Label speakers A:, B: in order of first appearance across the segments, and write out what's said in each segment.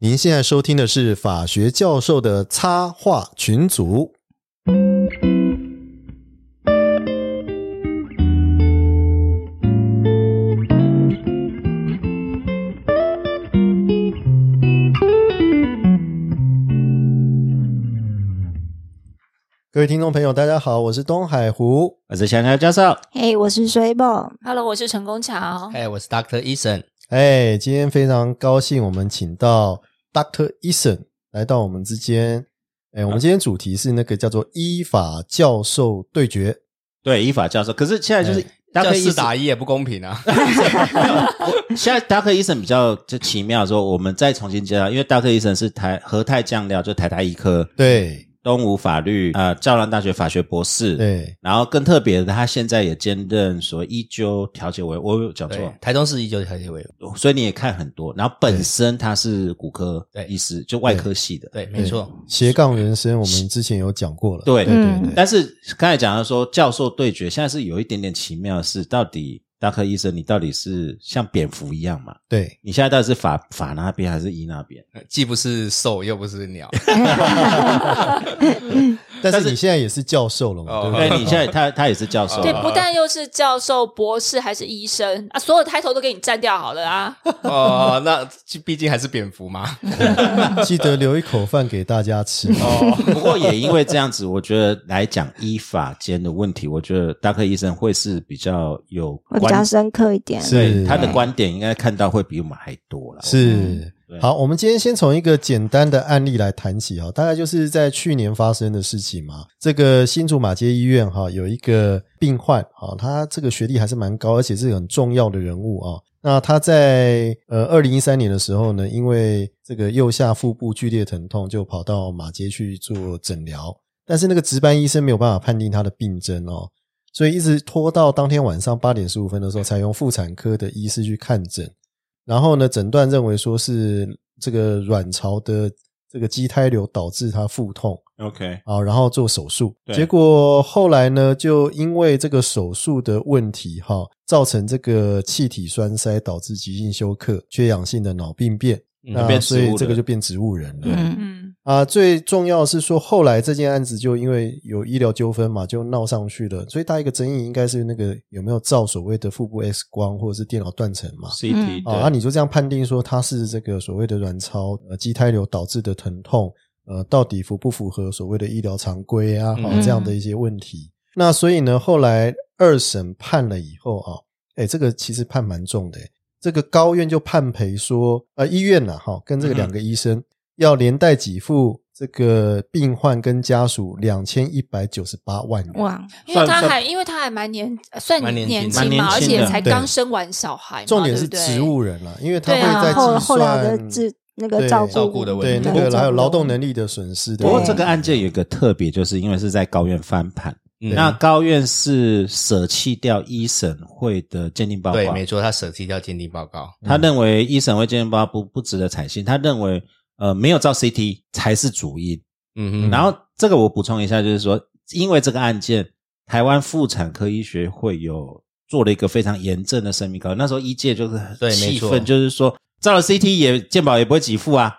A: 您现在收听的是法学教授的插画群组。各位听众朋友，大家好，我是东海湖。
B: 我是香香教授。
C: 嘿我是水宝，
D: Hello，我是陈功桥。
B: 哎、我是 Doctor Eason。
A: 哎，今天非常高兴，我们请到 Dr. Eason 来到我们之间。哎，我们今天主题是那个叫做依法教授对决。
B: 对，依法教授。可是现在就是 Doctor
E: 四
B: Eason，
E: 打一也不公 平啊！
B: 我 现在 Doctor Eason 比较就奇妙说，我们再重新介绍，因为 Doctor Eason 是台和泰酱料，就台大医科，
A: 对
B: 东吴法律啊、呃，教兰大学法学博士。。
A: 对，
B: 然后更特别的，他现在也兼任所依旧调解委，我有讲错
E: 对，，台中市依旧是台协委，
B: 所以你也看很多。然后本身他是骨科
E: 对
B: 医师，就外科系的。
E: 对，没错，
A: 斜杠人生我们之前有讲过了。
B: 对
A: 对
C: 嗯
A: 对对，
B: 但是刚才讲到说教授对决，现在是有一点点奇妙的是，到底大科医生你到底是像蝙蝠一样嘛？
A: 对
B: 你现在到底是法法那边还是医那 边？
E: 呃既不是兽又不是鸟，
A: 但是你现在也是教授了嘛？
E: 哦
A: 对不
B: 对，
A: 对？
B: 你现在他他也是教授啊，
D: 对，不但又是教授、博士，还是医生啊，所有 title 都给你占掉好了啊！
E: 哦，那毕竟还是蝙 蝠嘛。
A: 记得留一口饭给大家吃。哦
B: 不过也因为这样子，我觉得来讲医法间的问题，我觉得大科医生会是比较有
C: 我比较
B: 观，
C: 深刻一点。
A: 是
B: 对他的观点应该看到会比我们还多了。
A: 是
B: 对
A: 好，我们今天先从一个简单的案例来谈起哈，大概就是在去年发生的事情嘛。这个新竹马街医院哈有一个病患哈，他这个学历还是蛮高，而且是很重要的人物啊。那他在呃二零一三年的时候呢，因为这个右下腹部剧烈疼痛，就跑到马街去做诊疗，但是那个值班医生没有办法判定他的病症哦，所以一直拖到当天晚上八点十五分的时候，才用妇产科的医师去看诊。然后呢，诊断认为说是这个卵巢的这个畸胎瘤导致她腹痛
B: OK，
A: 啊，然后做手术。
B: 对
A: 结果后来呢，就因为这个手术的问题哈、造成这个气体栓塞，导致急性休克、缺氧性的脑病变。
E: 嗯
A: 那
B: 就变植
A: 啊所
B: 物
A: 以这个
B: 人
A: 就变植物人了。
C: 嗯，
D: 嗯，
A: 啊，最重要的是说，后来这件案子就因为有医疗纠纷嘛，就闹上去了。所以大家一个争议应该是那个有没有照所谓的腹部 X 光或者是电脑断层嘛？
B: CT
A: 哦，那、
B: 对
A: 你就这样判定说它是这个所谓的卵巢呃畸胎瘤导致的疼痛，呃，到底符不符合所谓的医疗常规啊？好、
E: 嗯
A: 这样的一些问题。那所以呢，后来二审判了以后啊，哎，这个其实判蛮重的诶，这个高院就判赔说，呃，医院呐、哈，跟这个两个医生、要连带给付这个病患跟家属两千一百九十八万元。
C: 哇，
D: 嗯因为
B: 算
D: 他
B: 算
D: 还因为他还蛮年呃算
E: 蛮年轻
D: 年
E: 的
D: 轻
B: 蛮年
D: 嘛，而
B: 轻
D: 且
B: 的
D: 才
A: 对
D: 刚生完小孩嘛，
A: 重点是
D: 对不对
A: 植物人啦、因为他会
D: 对啊
A: 在计
C: 后
A: 算
C: 后来的治那个
A: 对
C: 照顾
E: 照顾的问
A: 对
E: 题
A: 那
C: 对
A: 个还有劳动
C: 照
A: 能力的损失的
B: 不
A: 问题。
B: 过这个案件有一个特别，就是因为是在高院翻盘，
E: 嗯
B: 那高院是舍弃掉一审会的鉴定报告，
E: 对，没错，他舍弃掉鉴定报告，
B: 他认为一审会鉴定报告不不值得采信，他认为呃没有照 CT 才是主因。
E: 嗯哼，
B: 然后这个我补充一下，就是说，因为这个案件，台湾妇产科医学会有做了一个非常严正的声明稿，那时候医界就是很
E: 对没
B: 气
E: 错
B: 愤，就是说照了 CT 也鉴宝也不会给付啊，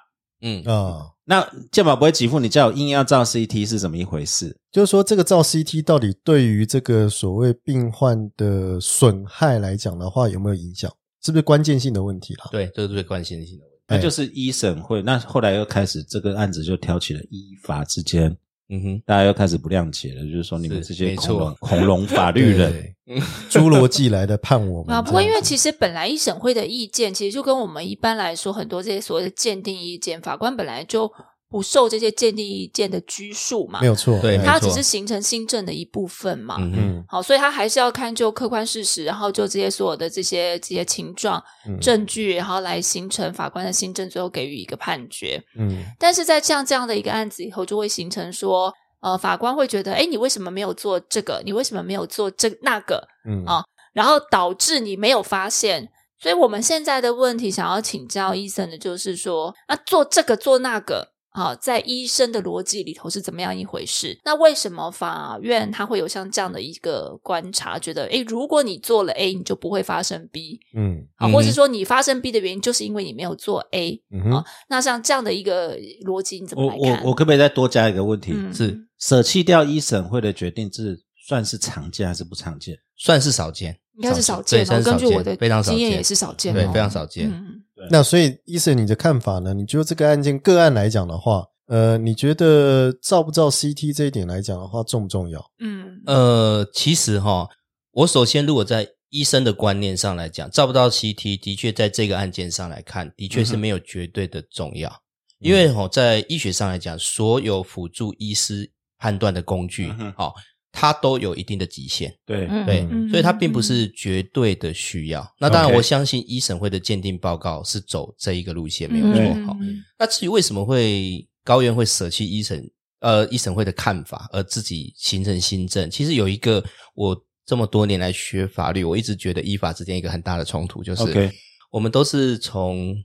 E: 嗯，
A: 啊、
B: 那鉴宝不会给付，你叫我硬要照 CT 是怎么一回事？
A: 就是说这个照 CT 到底对于这个所谓病患的损害来讲的话，有没有影响？是不是关键性的问 题啦？
E: 对，这是最关心性的问题。
B: 那
A: 哎
B: 就是一审会，那后来又开始这个案子就挑起了医法之间，
E: 嗯哼，
B: 大家又开始不谅解了，就是说你们
E: 是
B: 这些
E: 没
B: 恐
E: 错
B: 龙恐龙法律人，
A: 对，侏罗纪来的判我们
D: 啊，不过因为
A: 这样子
D: 其实本来一审会的意见，其实就跟我们一般来说很多这些所谓的鉴定意见，法官本来就不受这些鉴定意见的拘束嘛
A: 没，有错，哎
E: 对没
D: 它
E: 错
D: 只是形成新政的一部分嘛。
E: 嗯哼，
A: 嗯
D: 好，所以他还是要看就客观事实，然后就这些所有的这些这些情状、
A: 嗯
D: 证据，然后来形成法官的新政，最后给予一个判决。
A: 嗯，
D: 但是在像这样的一个案子以后，就会形成说，呃，法官会觉得，哎，你为什么没有做这个？你为什么没有做这那个？
A: 嗯
D: 啊然后导致你没有发现。啊所以我们现在的问题，想要请教医生的就是说，那做这个做那个啊，在医生的逻辑里头是怎么样一回事？那为什么法院他会有像这样的一个观察，觉得诶，如果你做了 A，你就不会发生 B
A: 嗯
D: 啊，
E: 嗯
D: 或是说你发生 B 的原因就是因为你没有做 A？
A: 嗯哼
D: 啊，那像这样的一个逻辑，你怎
B: 我
D: 么来
B: 我
D: 看？
B: 我可不可以再多加一个问题？
D: 嗯
E: 是
B: 舍弃掉一审会的决定制，算是常见还是不常见？
E: 算是少见，
D: 应该是少
E: 对
D: 见
E: 算
D: 哦，
E: 是
D: 根
E: 少
D: 据
E: 见，
D: 我的
E: 非常少
D: 经验
E: 见
D: 也是少见哦，
E: 对，非常少见。
D: 嗯
A: 那所以，医生，你的看法呢？你觉得这个案件个案来讲的话，呃，你觉得照不照 CT 这一点来讲的话，重不重要？
D: 嗯
E: 呃，其实哈，我首先如果在医生的观念上来讲，照不到 CT，的确在这个案件上来看，的
B: 嗯
E: 确是没有绝对的重要，因为哈，在医学上来讲，所有辅助医师判断的工具
B: 嗯哼，
E: 好、它都有一定的极限。
B: 对，
D: 嗯
E: 对，
D: 嗯
E: 所以它并不是绝对的需要。那当然，我相信医审会的鉴定报告是走这一个路线，没有
B: 对
E: 错。
D: 嗯
E: 好，
D: 嗯
E: 那至于为什么会高院会舍弃医审呃医审会的看法，而自己形成新政，其实有一个我这么多年来学法律，我一直觉得依法之间一个很大的冲突，就是
B: OK
E: 我们都是从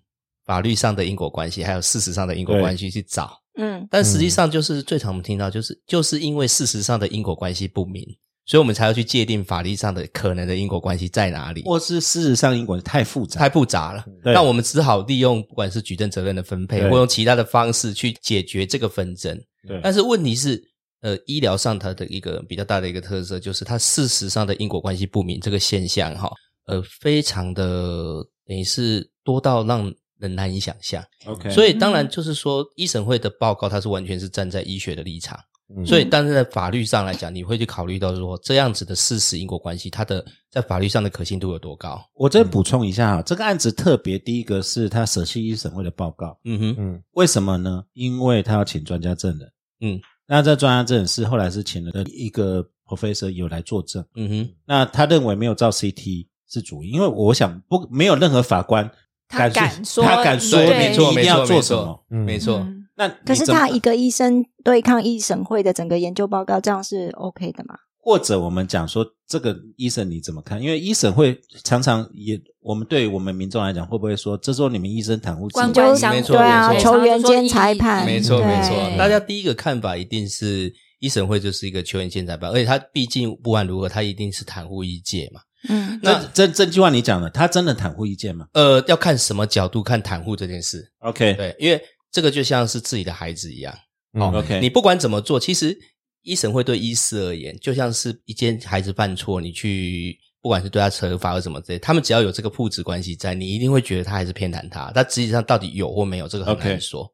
E: 法律上的因果关系，还有事实上的因果
B: 对
E: 关系去找。
C: 嗯
E: 但实际上就是最常我们听到就是就是因为事实上的因果关系不明，所以我们才要去界定法律上的可能的因果关系在哪里。
B: 或是事实上因果太复杂，
E: 太复杂了，
B: 对
E: 那我们只好利用不管是举证责任的分配，
B: 对
E: 或用其他的方式去解决这个纷争。
B: 对
E: 但是问题是，呃，医疗上它的一个比较大的一个特色，就是它事实上的因果关系不明这个现象，哈，呃，非常的等于是多到让人难以想象。
B: OK，
E: 所
B: 以
E: 以当然就是说，医审会的报告它是完全是站在医学的立场，
A: 嗯
E: 所以但是在法律上来讲，你会去考虑到说这样子的事实因果关系，它的在法律上的可信度有多高？
B: 我再补充一下哈，这个案子特别第一个是他舍弃一审会的报告，
E: 嗯哼，
A: 嗯
B: 为什么呢？因为他要请专家证人，
E: 嗯，
B: 那这专家证人是后来是请了一个 professor 有来作证，
E: 嗯哼，
B: 那他认为没有照 CT 是主因，因为我想不没有任何法官
D: 他
B: 敢
D: 敢说
B: 他敢说
D: 对
B: 你
D: 没错
B: 一定要做什么，
A: 嗯
E: 没错，
D: 嗯
B: 那
C: 可是
B: 你怎么
C: 他一个医生对抗一审会的整个研究报告，这样是 OK 的嘛？
B: 或者我们讲说这个医生你怎么看？因为医生会常常也，我们对于我们民众来讲，会不会说这时候你们医生袒护自
D: 官
B: 己？
D: 官
E: 相没
D: 相
E: 错
C: 对
D: 护
C: 啊，
E: 没错
C: 球员兼裁判，
E: 没错，
C: 对
E: 没错。
D: 嗯对
E: 大家第一个看法一定是一审会就是一个球员现在办，而且他毕竟不管如何，他一定是袒护一界嘛。
C: 嗯
B: 那这这句话你讲的，他真的袒护意见吗
E: 呃，要看什么角度看袒护这件事，
B: ？OK，
E: 对，因为这个就像是自己的孩子一样。
A: 嗯
B: OK
E: 哦你不管怎么做，其实医审会对医师而言，就像是一间孩子犯错，你去不管是对他惩罚或什么之类，他们只要有这个父子关系在，你一定会觉得他还是偏袒他。但实际上到底有或没有，这个很
B: OK
E: 难说。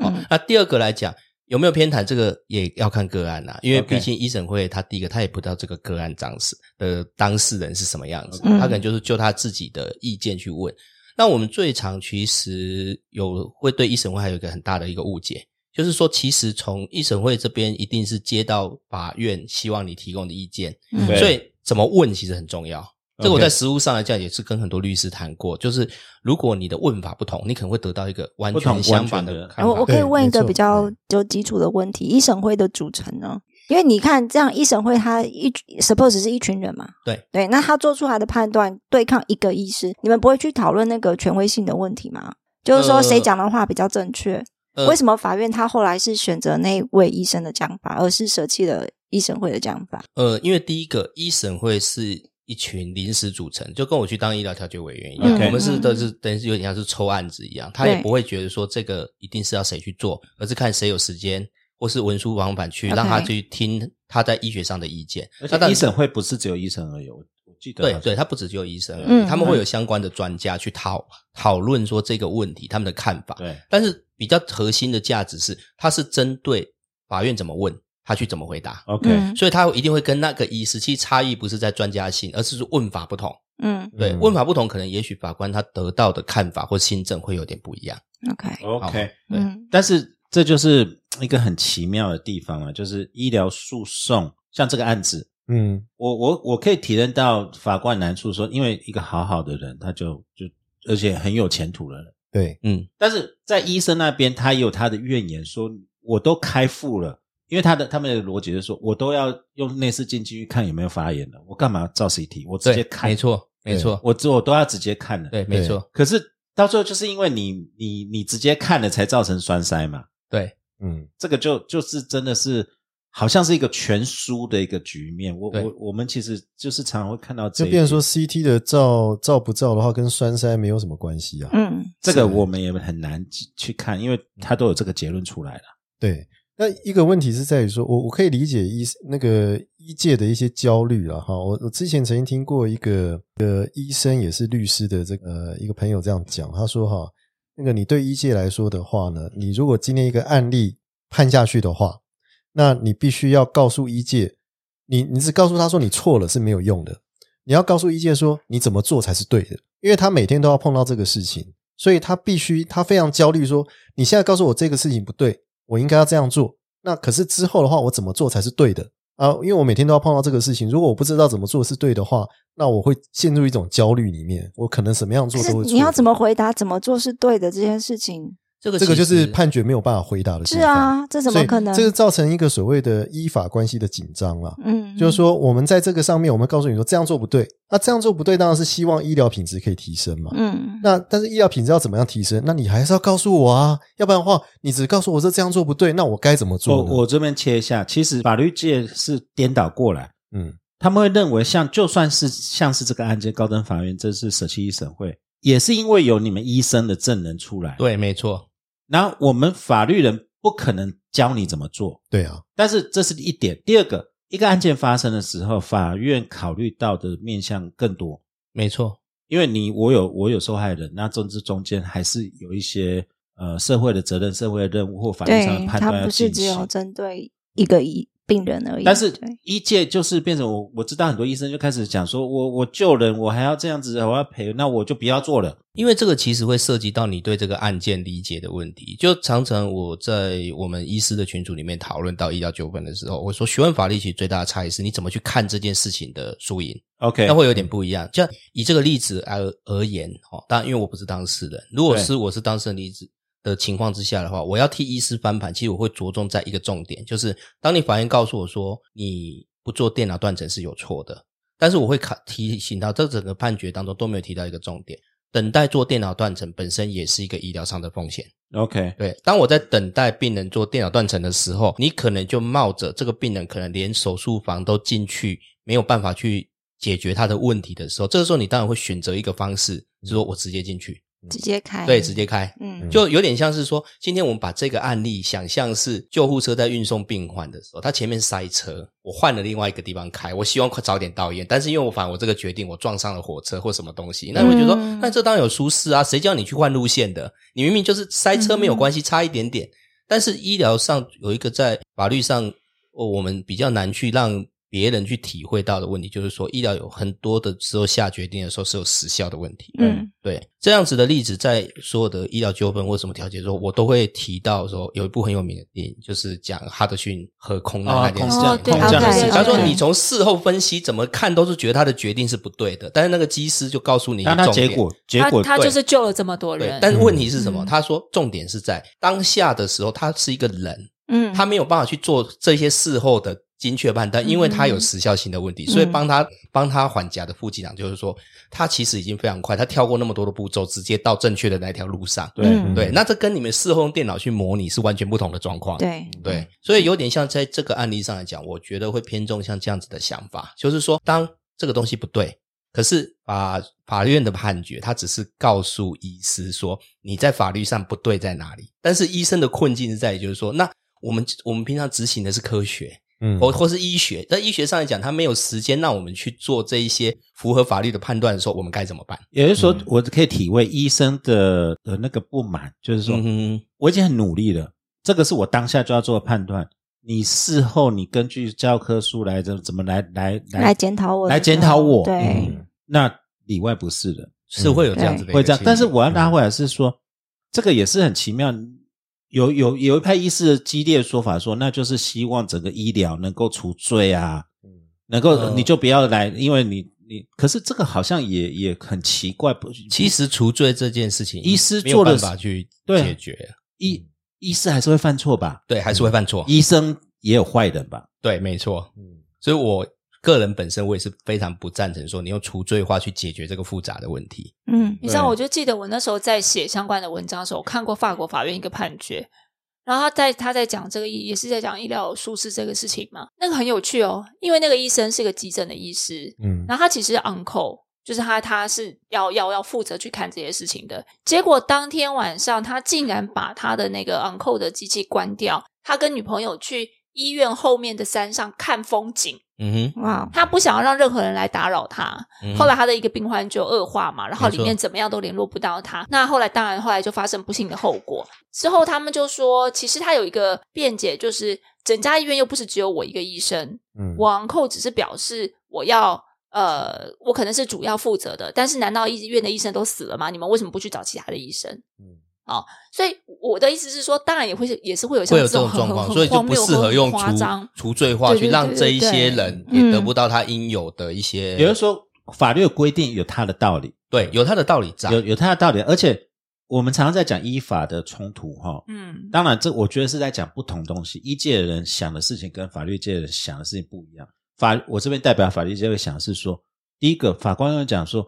C: 嗯
E: 那第二个来讲，有没有偏袒这个也要看个案啦、因为
B: OK
E: 毕竟医审会他第一个他也不知道这个个案当事的当事人是什么样子，
C: 嗯
E: 他可能就是就他自己的意见去问。那我们最常其实有会对医审会还有一个很大的一个误解，就是说其实从医审会这边一定是接到法院希望你提供的意见，
C: 嗯
B: 对
E: 所以怎么问其实很重要。这个我
B: OK
E: 在实务上来讲也是跟很多律师谈过，就是如果你的问法不同，你可能会得到一个完
B: 不同
E: 全相反
B: 完全
E: 的
B: 的
E: 看
C: 我
E: 法。
C: 哦我可以
A: 对
C: 问一
A: 没
C: 个
A: 错
C: 比较
A: 对
C: 就基础的问题：一审会的组成呢？因为你看，这样一审会他一 suppose 是一群人嘛，
E: 对
C: 对，那他做出来的判断对抗一个医师，你们不会去讨论那个权威性的问题吗？就是说
E: 呃
C: 谁讲的话比较正确？
E: 呃
C: 为什么法院他后来是选择那位医生的讲法，而是舍弃了医审会的讲法？
E: 呃，因为第一个一审会是一群临时组成，就跟我去当医疗调解委员一样
B: OK
E: 我们是
D: 嗯
E: 都是等于是有点像是抽案子一样，他也
C: 对
E: 不会觉得说这个一定是要谁去做，而是看谁有时间或是文书往返去
C: OK
E: 让他去听他在医学上的意见。
B: 而
E: 那当
B: 且
E: 然
B: 医审会不是只有医生而已，我我记得
E: 对
B: 好像
E: 对，他不只只有医生而已，
C: 嗯
E: 他们会有相关的专家去讨讨论说这个问题他们的看法，
B: 对
E: 但是比较核心的价值是，他是针对法院怎么问，他去怎么回答。
C: 嗯
B: OK
E: 所以他一定会跟那个医师，其实差异不是在专家性，而是说问法不同。
C: 嗯
E: 对，
A: 嗯
E: 问法不同，可能也许法官他得到的看法或新政会有点不一样。
C: 嗯，OK，
B: OK，
E: 对
C: 嗯
B: 但是这就是一个很奇妙的地方啊，就是医疗诉讼，像这个案子，
A: 嗯
B: 我我我可以体认到法官难处说，因为一个好好的人，他就就而且很有前途的人，
A: 对，
E: 嗯，
B: 但是在医生那边，他也有他的怨言说，我都开腹了，因为他的他们的逻辑是说，我都要用内视镜进去看有没有发炎了，我干嘛照 CT？我直接
E: 对，
B: 看，
E: 没，错，
A: 对
E: 没错，
B: 我我都要直接看的。
E: 对，没错，
B: 可是到最后就是因为你你你直接看了，才造成栓塞嘛。
E: 对，
A: 嗯，
B: 这个就就是真的是好像是一个全输的一个局面。我
E: 对
B: 我我们其实就是常常会看到这
A: 就
B: 一
A: 变成说
B: 点
A: CT 的照照不照的话，跟栓塞没有什么关系啊。
C: 嗯，
B: 这个我们也很难去去看，因为
E: 嗯
B: 他都有这个结论出来了。
A: 对，那一个问题是在于说，我我可以理解医那个医界的一些焦虑了哈。我我之前曾经听过一个呃医生也是律师的这个、呃、一个朋友这样讲，他说哈，那个你对医界来说的话呢，你如果今天一个案例判下去的话，那你必须要告诉医界，你你只告诉他说你错了是没有用的，你要告诉医界说你怎么做才是对的，因为他每天都要碰到这个事情，所以他必须他非常焦虑说，你现在告诉我这个事情不对，我应该要这样做，那可是之后的话我怎么做才是对的啊？因为我每天都要碰到这个事情，如果我不知道怎么做是对的话，那我会陷入一种焦虑里面，我可能什么样做
C: 但是
A: 都会错。
C: 你要怎么回答怎么做是对的这件事情，
E: 这个
A: 这个
E: 其
A: 就
E: 实
A: 是判决没有办法回答的地
C: 是
A: 方。
C: 啊，这怎
A: 所
C: 么
A: 以
C: 可能？
A: 这个造成一个所谓的依法关系的紧张啦。
C: 嗯，
A: 就是说，我们在这个上面，我们告诉你说这样做不对，那这样做不对，当然是希望医疗品质可以提升嘛。
C: 嗯，
A: 那但是医疗品质要怎么样提升？那你还是要告诉我啊，要不然的话，你只告诉我说这样做不对，那我该怎么
B: 我
A: 做呢？
B: 我这边切一下，其实法律界是颠倒过来，
A: 嗯，
B: 他们会认为像就算是像是这个案件，高等法院这次舍弃一审会，也是因为有你们医生的证人出来，，
E: 对，没错，
B: 然后我们法律人不可能教你怎么做，
A: 对啊，
B: 但是这是一点。第二个，一个案件发生的时候，法院考虑到的面向更多，
E: 没错，
B: 因为你我有我有受害人，那甚至中间还是有一些呃社会的责任、社会的任务或法律上
C: 对
B: 的，判
C: 他
B: 断要
C: 不是
B: 进
C: 只有
B: 行。
C: 针对一个医病人而已，
B: 但是
C: 对
B: 医界就是变成我，我知道很多医生就开始讲说，我我救人，我还要这样子，我要赔，那我就不要做了。
E: 因为这个其实会涉及到你对这个案件理解的问题。就常常我在我们医师的群组里面讨论到医疗纠纷的时候，我说学问法律其实最大的差异是你怎么去看这件事情的输赢。
B: OK，
E: 那会有点不一样。像以这个例子而而言，哦，当然因为我不是当事人，如果
B: 对
E: 是我是当事人例子的情况之下的话，我要替医师翻盘，其实我会着重在一个重点，就是当你法院告诉我说你不做电脑断层是有错的，但是我会考提醒到这整个判决当中都没有提到一个重点。等待做电脑断层本身也是一个医疗上的风险。
B: OK，
E: 对，当我在等待病人做电脑断层的时候，你可能就冒着这个病人可能连手术房都进去，没有办法去解决他的问题的时候，这个时候你当然会选择一个方式，是说我直接进去，
C: 直接开，
E: 对，直接开。
C: 嗯，
E: 就有点像是说，今天我们把这个案例想象是救护车在运送病患的时候，他前面塞车，我换了另外一个地方开，我希望快早点到医院，但是因为我反正我这个决定，我撞上了火车或什么东西，那我就说
C: 嗯，
E: 那这当然有疏失啊，谁叫你去换路线的？你明明就是塞车没有关系，差一点点，但是医疗上有一个在法律上，哦我们比较难去让。别人去体会到的问题，就是说医疗有很多的时候下决定的时候是有时效的问题。
C: 嗯
E: 对，这样子的例子，在所有的医疗纠纷或什么调解中，我都会提到说，有一部很有名的电影，就是讲哈德逊和空难
B: 哦
E: 那件事
D: 空
E: 情。
D: 降
C: 哦对空降
E: 他说
C: 对
E: 你从事后分析，怎么看都是觉得他的决定是不对的，但是那个技师就告诉你一个
B: 但他
E: 重
B: 结
E: 点
B: 果结
D: 他
B: 果
D: 他
E: 对
D: 就是救了这么多
E: 对
D: 人，，
E: 但是问题是什么？
D: 嗯
E: 他说重点是在当下的时候，他是一个人，
C: 嗯，
E: 他没有办法去做这些事后的精确判断，因为他有时效性的问题，所以帮他帮他缓颊的副机长就是说，他其实已经非常快，他跳过那么多的步骤，直接到正确的那条路上。
B: 对
C: 嗯
E: 对，那这跟你们事后用电脑去模拟是完全不同的状况。
C: 对，
B: 嗯
E: 对，嗯所以有点像在这个案例上来讲，我觉得会偏重像这样子的想法，就是说，当这个东西不对，可是法法院的判决，他只是告诉医师说你在法律上不对在哪里，但是医生的困境是在于，就是说，那我们我们平常执行的是科学，
A: 嗯，
E: 或或是医学，在医学上来讲，他没有时间让我们去做这一些符合法律的判断的时候，我们该怎么办？
B: 也就是说
A: 嗯，
B: 我可以体会医生的的那个不满，就是说，
E: 嗯
B: 我已经很努力了，这个是我当下就要做的判断。你事后你根据教科书来怎怎么来来
C: 来检讨我
B: 嗯
C: 的时候，
B: 来检讨我
C: 对，
A: 嗯
B: 那里外不是人
E: 是会有这样子的一个
B: 嗯会这样
E: 情。嗯
B: 但是
E: 形
B: 我要拉回来是说，这个也是很奇妙。有有有一派医师的激烈说法说，那就是希望整个医疗能够除罪啊，能够、
E: 嗯
B: 你就不要来，因为你你可是这个好像也也很奇怪，不
E: 其实除罪这件事情，
B: 医师
E: 没有
B: 做的
E: 办
B: 是
E: 法去
B: 对啊
E: 解决，
B: 医医师还是会犯错吧，
E: 对，还是会犯错，
B: 医生也有坏人吧，
E: 对，没错。
A: 嗯
E: 所以我个人本身我也是非常不赞成说你用除罪化去解决这个复杂的问题。
C: 嗯
D: 你知道，
B: 对
D: 我就记得我那时候在写相关的文章的时候，我看过法国法院一个判决，然后他在他在讲这个医，也是在讲医疗疏失这个事情嘛。那个很有趣哦，因为那个医生是个急诊的医师，
A: 嗯，
D: 然后他其实是 uncle，就是他他是要要要负责去看这些事情的。结果当天晚上，他竟然把他的那个 uncle 的机器关掉，他跟女朋友去医院后面的山上看风景，
E: 嗯
C: 哇，
D: 他不想要让任何人来打扰他。
E: 哼，
D: 后来他的一个病患就恶化嘛，然
E: 嗯
D: 后
E: 没
D: 里
E: 错
D: 面怎么样都联络不到他。那后来当然后来就发生不幸的后果。之后他们就说，其实他有一个辩解，就是整家医院又不是只有我一个医生，
A: 嗯
D: 王寇只是表示我要。呃，我可能是主要负责的，但是难道医院的医生都死了吗？你们为什么不去找其他的医生？
A: 嗯
D: 哦，所以我的意思是说，当然也会是也是会有像
E: 会有这种
D: 很
E: 状
D: 很
E: 况，
D: 很
E: 所以就
D: 荒
E: 不
D: 谬
E: 适
D: 或
E: 合
D: 很
E: 用除
D: 夸张。
E: 除罪化
D: 对
E: 去
D: 对
E: 让
D: 对
E: 这一
D: 对
E: 些
D: 对
E: 人
C: 嗯
E: 也得不到他应有的一些，
B: 也就是说，法律的规定有它的道理，
E: 对，有他的道理在。
B: 有有它的道理，而且我们常常在讲依法的冲突哈、
D: 嗯，
B: 当然，这我觉得是在讲不同东西。医界的人想的事情跟法律界的人想的事情不一样。法，我这边代表法律界会想的是说，第一个法官会讲说，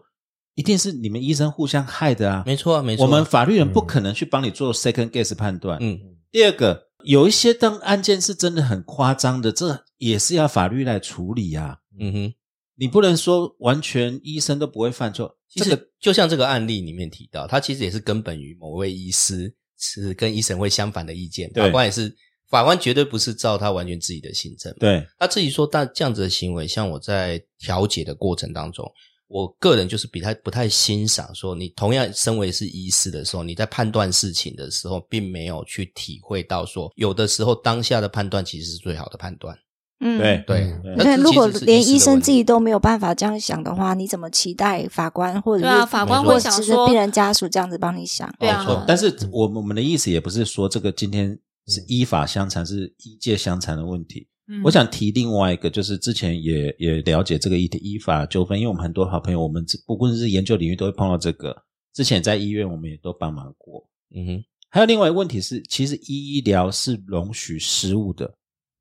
B: 一定是你们医生互相害的啊，
E: 没错啊，没错啊。
B: 我们法律人不可能去帮你做 second guess 判断。
E: 嗯，
B: 第二个，有一些当案件是真的很夸张的，这也是要法律来处理啊。
E: 嗯哼，
B: 你不能说完全医生都不会犯错，
E: 其实就像这个案例里面提到，他其实也是根本于某位医师是跟医生会相反的意见，
B: 对
E: 法官也是，法官绝对不是照他完全自己的行政。
B: 对
E: 他自己说，但这样子的行为，像我在调解的过程当中，我个人就是比他不太欣赏。说你同样身为是医师的时候，你在判断事情的时候，并没有去体会到说，有的时候当下的判断其实是最好的判断。
C: 嗯，
B: 对
E: 对，
A: 嗯
B: 对
E: 那
C: 对，
E: 这
C: 如
E: 其实
C: 果
E: 是
C: 连
E: 医师
C: 医
E: 的
C: 生
E: 问
C: 自
E: 题
C: 己都没有办法这样想的话，你怎么期待法官或者
D: 对啊，
C: 是
D: 法官
E: 没错
D: 会
C: 或
D: 想
C: 者是
D: 说
C: 病，人家属这样子帮你想？
D: 对
E: 没错
D: 啊，
B: 但是我们我们的意思也不是说这个今天是
A: 嗯
B: 依法相残，是医界相残的问题。
D: 嗯
B: 我想提另外一个，就是之前也也了解这个议题依法纠纷，因为我们很多好朋友，我们这不论是研究领域都会碰到这个。之前在医院，我们也都帮忙过。
E: 嗯哼，
B: 还有另外一个问题是，其实医疗是容许失误的，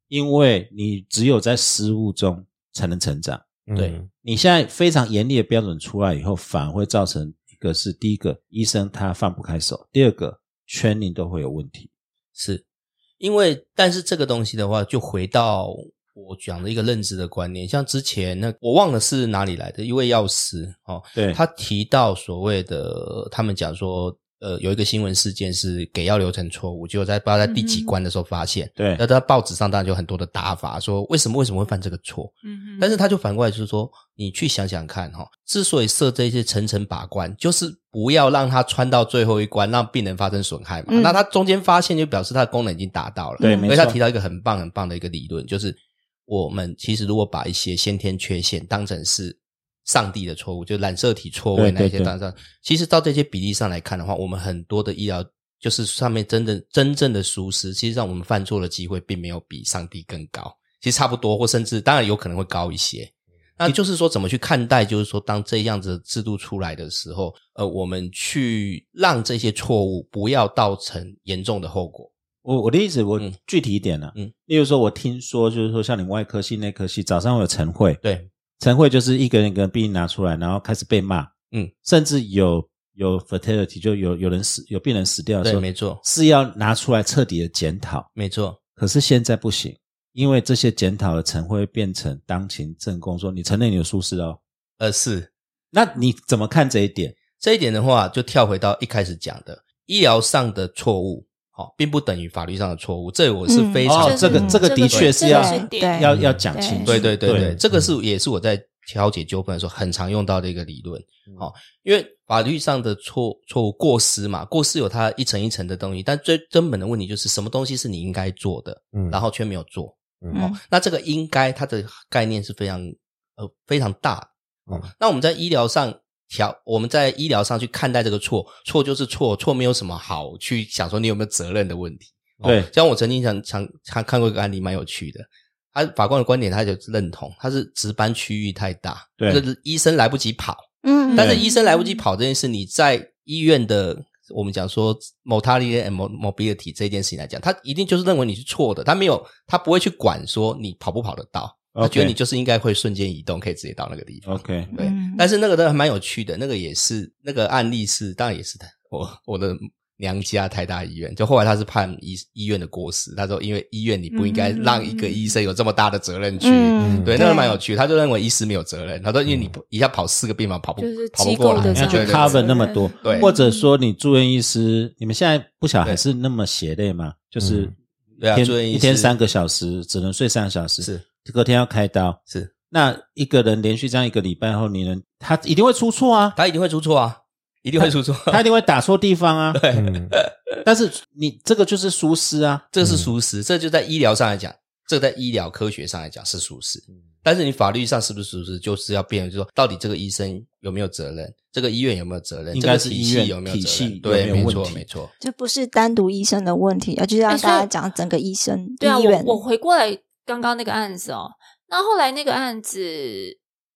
B: 因为你只有在失误中才能成长。
A: 嗯
E: 对
B: 你现在非常严厉的标准出来以后，反而会造成一个是第一个医生他放不开手，第二个 training 都会有问题。
E: 是因为，但是这个东西的话，就回到我讲的一个认知的观念，像之前那我忘了是哪里来的一位药师哦，
B: 对
E: 他提到所谓的，他们讲说，呃，有一个新闻事件是给药流程错误，结果在不知道在第几
D: 嗯哼
E: 关的时候发现，
B: 对
E: 那在报纸上当然就很多的打法，说为什么为什么会犯这个错？
D: 嗯
E: 但
D: 是
E: 是他就反过来就是说，你去想想看哈、之所以设这些层层把关，就是不要让他穿到最后一关，让病人发生损害嘛。
C: 嗯
E: 那他中间发现，就表示他的功能已经达到了。
B: 对，
C: 嗯
B: 没
E: 所以
B: 错
E: 啊他。提到一个很棒很棒的一个理论，就是我们其实如果把一些先天缺陷当成是上帝的错误，就染色体错
B: 对
E: 位那
B: 对
E: 一些
B: 对
E: 当上，其实到这些比例上来看的话，我们很多的医疗就是上面真的真正的疏失，其实让我们犯错的机会并没有比上帝更高，其实差不多，或甚至当然有可能会高一些。那就是说，怎么去看待？就是说，当这样子的制度出来的时候，呃，我们去让这些错误不要造成严重的后果。
B: 我我的意思，我
E: 嗯
B: 具体一点呢、啊
E: 嗯
B: 例如说，我听说就是说，像你们外科系、内科系，早上会有晨会，
E: 对，
B: 晨会就是一个人一个病人拿出来，然后开始被骂，
E: 嗯，
B: 甚至有有 fatality，就有有人死，有病人死掉的时
E: 对，
B: 候，
E: 没错，
B: 是要拿出来彻底的检讨。
E: 没错。
B: 可是现在不行，因为这些检讨的晨会变成当勤证供，说你承认你有疏失哦。
E: 呃，是
B: 那你怎么看这一点？
E: 这一点的话，就跳回到一开始讲的医疗上的错误，好、并不等于法律上的错误，这我是
C: 嗯
E: 非常、
B: 哦，这个
C: 嗯
B: 这个的确是要
C: 这个是
D: 点
C: 对
B: 要要讲清楚。
E: 对对对对，
B: 对嗯
E: 这个是也是我在调解纠纷的时候很常用到的一个理论。
B: 嗯
E: 好、因为法律上的错错误过失嘛，过失有它一层一层的东西，但最根本的问题就是什么东西是你应该做的，
A: 嗯
E: 然后却没有做。
C: 嗯
E: 哦，那这个应该它的概念是非常呃非常大的
A: 嗯
E: 那我们在医疗上调，我们在医疗上去看待这个错，错就是错，错没有什么好去想说你有没有责任的问题。哦
B: 对
E: 像我曾经想想看看过一个案例，蛮有趣的。他法官的观点他就认同，他是值班区域太大，
B: 对
E: 就是医生来不及跑，
C: 嗯，
E: 但是
B: 对
E: 医生来不及跑这件事，你在医院的我们讲说 mortality and mo- mobility 这件事情来讲，他一定就是认为你是错的，他没有他不会去管说你跑不跑得到，他
B: OK
E: 觉得你就是应该会瞬间移动，可以直接到那个地方。
B: OK，
E: 对
C: 嗯，
E: 但是那个都还蛮有趣的，那个也是那个案例是，当然也是我我的娘家台大医院，就后来他是判医医院的过失，他说因为医院你不应该让一个医生有这么大的责任去，
C: 嗯
E: 对，
C: 对
E: 那个蛮
D: 啊
E: 有趣，他就认为医师没有责任，他说因为你不一下跑四个病房跑不
D: 就是
E: 跑不
D: 机
E: 过
D: 构
E: 来，
D: 的
B: 你要去
E: 对
B: 嗯
E: 对
D: 长
B: cover
E: 对
D: 官
B: 那么多，
E: 对
B: 或者说你住院医师，你们现在不晓还
E: 对
B: 是那么血泪吗？就是
A: 嗯
E: 对啊
B: 一
E: 住院
B: 天
E: 医
B: 一天
E: 师
B: 三个小时，只能睡三个小时，
E: 是
B: 隔天要开刀，
E: 是，
B: 那一个人连续这样一个礼拜后，你能他一定会出错 啊，
E: 他一定会出错啊，一定会
B: 嗯
E: 出错，
B: 他一定会打错地方啊。
E: 对，
A: 嗯，
B: 但是你这个就是疏失啊，
E: 这是疏失，这就在医疗上来讲，这在医疗科学上来讲是疏失。
B: 嗯
E: 但是你法律上是不是疏失，就是要辩论，就是说到底这个医生有没有责任，这个医院有没有责任，
B: 应该
E: 这
B: 是
E: 个体
B: 医
E: 系
B: 院
E: 有没有责任
B: 体系
E: 对，
B: 有没有
E: 没
B: 问
E: 错，
B: 题
E: 没错。
C: 这不是单独医生的问题，而就是要大
D: 哎所以
C: 家讲整个医生、
D: 对啊，
C: 医院
D: 我我回过来刚刚那个案子哦，那后来那个案子，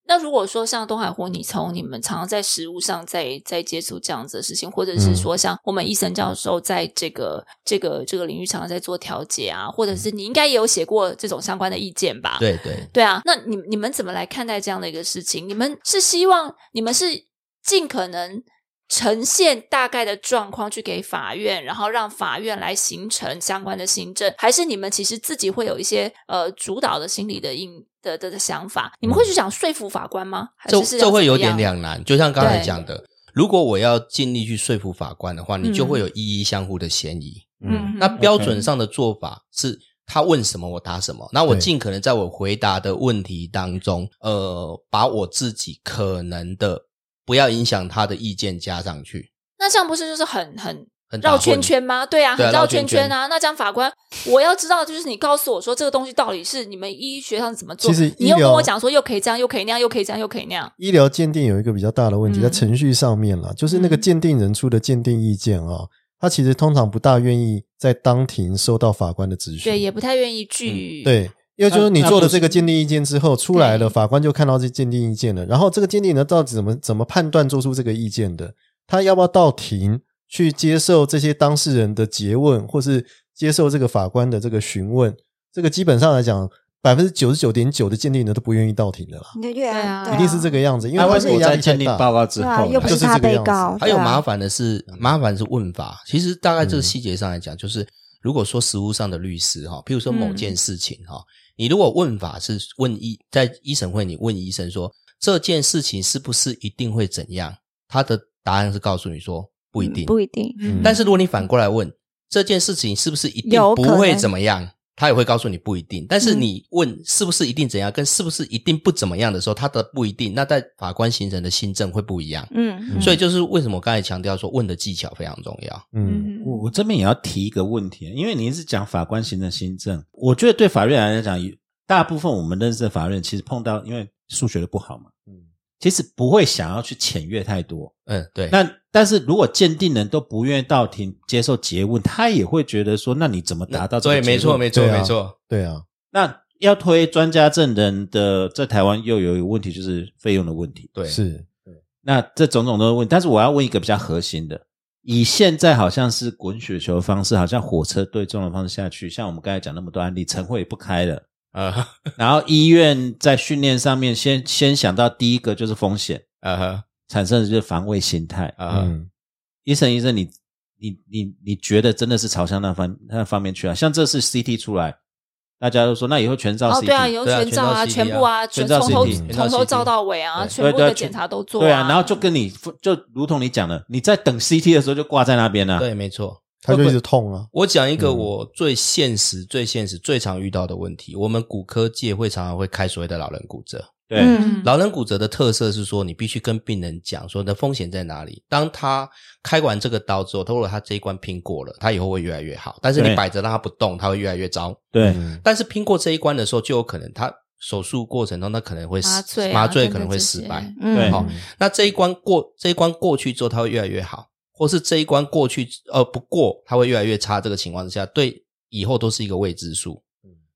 D: 那如果说像东海火你从你们常常在实务上在在接触这样子的事情，或者是
C: 嗯
D: 说像我们医生教授在这个这个这个领域常常在做调解啊，或
C: 嗯
D: 者是你应该也有写过这种相关的意见吧？
E: 对对，
D: 对啊，那你你们怎么来看待这样的一个事情？你们是希望你们是尽可能呈现大概的状况去给法院，然后让法院来形成相关的行政，还是你们其实自己会有一些呃主导的心理的应的的的想法？你们会去想说服法官吗？还
E: 这
D: 是是要
E: 这嗯会有
D: 怎
E: 点
D: 么样
E: 两难，就像刚才
D: 对
E: 讲的，如果我要尽力去说服法官的话，你就
D: 嗯
E: 会有一一相互的嫌
A: 嗯
E: 疑。
D: 嗯，
E: 那标准上的做法是他问什么我答什么，那我
A: 对
E: 尽可能在我回答的问题当中，呃，把我自己可能的不要影响他的意见加上去，
D: 那这样不是就是很很
E: 很打
D: 绕
E: 混
D: 圈圈吗？对啊，
E: 对啊
D: 很
E: 绕
D: 绕
E: 圈
D: 圈圈啊。那这样法官，我要知道就是你告诉我说这个东西到底是你们医学上怎么做，
A: 其实
D: 你
A: 医
D: 又跟
A: 疗
D: 我讲说又可以这样，又可以那样，又可以这样，又可以那样。
A: 医疗鉴定有一个比较大的问题，
D: 嗯
A: 在程序上面啦，就是那个
D: 嗯
A: 鉴定人出的鉴定意见啊、他其实通常不大愿意在当庭收到法官的质询。
D: 对，也不太愿意嗯去。
A: 嗯对，因为就是你
B: 那
A: 做了
B: 那不是
A: 这个鉴定意见之后出来了，
D: 对
A: 法官就看到这鉴定意见了，然后这个鉴定人到底怎么怎么判断做出这个意见的？他要不要到庭去接受这些当事人的诘问，或是接受这个法官的这个询问？这个基本上来讲，百分之九十九点九的鉴定人都不愿意到庭的啦，
C: 你的院
D: 对啊
A: 一定
C: 嗯
A: 是这个样子，因
B: 他
A: 为
B: 为
A: 他
B: 什
A: 这个
B: 么
A: 压
B: 在
A: 力太
B: 鉴定
A: 大。
B: 报告之
C: 对啊，
B: 后
C: 又不
B: 呢，
A: 就是
C: 他
A: 这个
C: 被
A: 样子
C: 告，
E: 还有
C: 对啊
E: 麻烦的是，麻烦是问法。其实大概这
A: 嗯
E: 个细节上来讲，就是如果说实务上的律师哈，譬如说某
D: 嗯
E: 件事情哈，你如果问法是问医在医审会，你问医生说这件事情是不是一定会怎样，他的答案是告诉你说不一定，
C: 不一定，
A: 嗯
E: 但是如果你反过来问这件事情是不是一定
C: 有
E: 不
C: 可
E: 会
C: 能嗯
E: 怎么样，他也会告诉你不一定。但是你问是不是一定怎样，跟是不是一定不怎么样的时候，他的不一定，那在法官形成的新政会不一样。
C: 嗯，
E: 所以就是为什么我刚才强调说问的技巧非常重要。
A: 嗯，
D: 嗯，
B: 我我这边也要提一个问题，啊因为你是讲法官行政新政，我觉得对法院来讲，有大部分我们认识的法院其实碰到因为数学的不好嘛，嗯，其实不会想要去检阅太多，
E: 嗯，对，
B: 那但是如果鉴定人都不愿意到庭接受诘问，他也会觉得说，那你怎么达到这个
E: 对，
B: 结论？
E: 没错，没错，
A: 对啊
E: 没错，
A: 对啊，
B: 那要推专家证人的，在台湾又有一个问题，就是费用的问题。
E: 对，
A: 是，
B: 那这种种都是问题，但是我要问一个比较核心的。以现在好像是滚雪球的方式，好像火车对撞的方式下去，像我们刚才讲那么多案例，晨会也不开了，
E: 呃
B: 然后医院在训练上面先先想到第一个就是风险，
E: 呃呵
B: 产生的就是防卫心态。啊
E: 呃呵，
A: 嗯，
B: 医生，医生，你你你你觉得真的是朝向那方那方面去啊？像这次 CT 出来，大家都说那以后全照 CT，、
D: 哦，对啊，有
E: 对啊
D: 全
E: 全
D: 照
E: 照
D: 啊，
E: CT
D: 全部啊，全
B: 全照
D: 从头
B: CT
D: 从头照到尾啊，全部的检查都做
B: 对啊，然后就跟你就如同你讲的，你在等 CT 的时候就挂在那边了、啊
E: 对，没错。
A: 他就一直痛啊，
E: 我讲一个
A: 嗯
E: 我最现实、最现实、最常遇到的问题，我们骨科界会常常会开所谓的老人骨折。
B: 对，
C: 嗯
E: 老人骨折的特色是说，你必须跟病人讲说你的风险在哪里。当他开完这个刀之后，他如果他这一关拼过了，他以后会越来越好。但是你
B: 对
E: 摆着让他不动，他会越来越糟。
B: 对，
A: 嗯
E: 但是拼过这一关的时候，就有可能他手术过程中，他可能会
D: 麻
E: 失
D: 醉啊
E: 麻醉
D: 等
E: 可
D: 等
E: 能会
D: 这
E: 失
D: 些
E: 败。
B: 对
C: 嗯，
E: 好那这一关过这一关过去之后，他会越来越好，或是这一关过去呃不过，他会越来越差。这个情况之下，对以后都是一个未知数。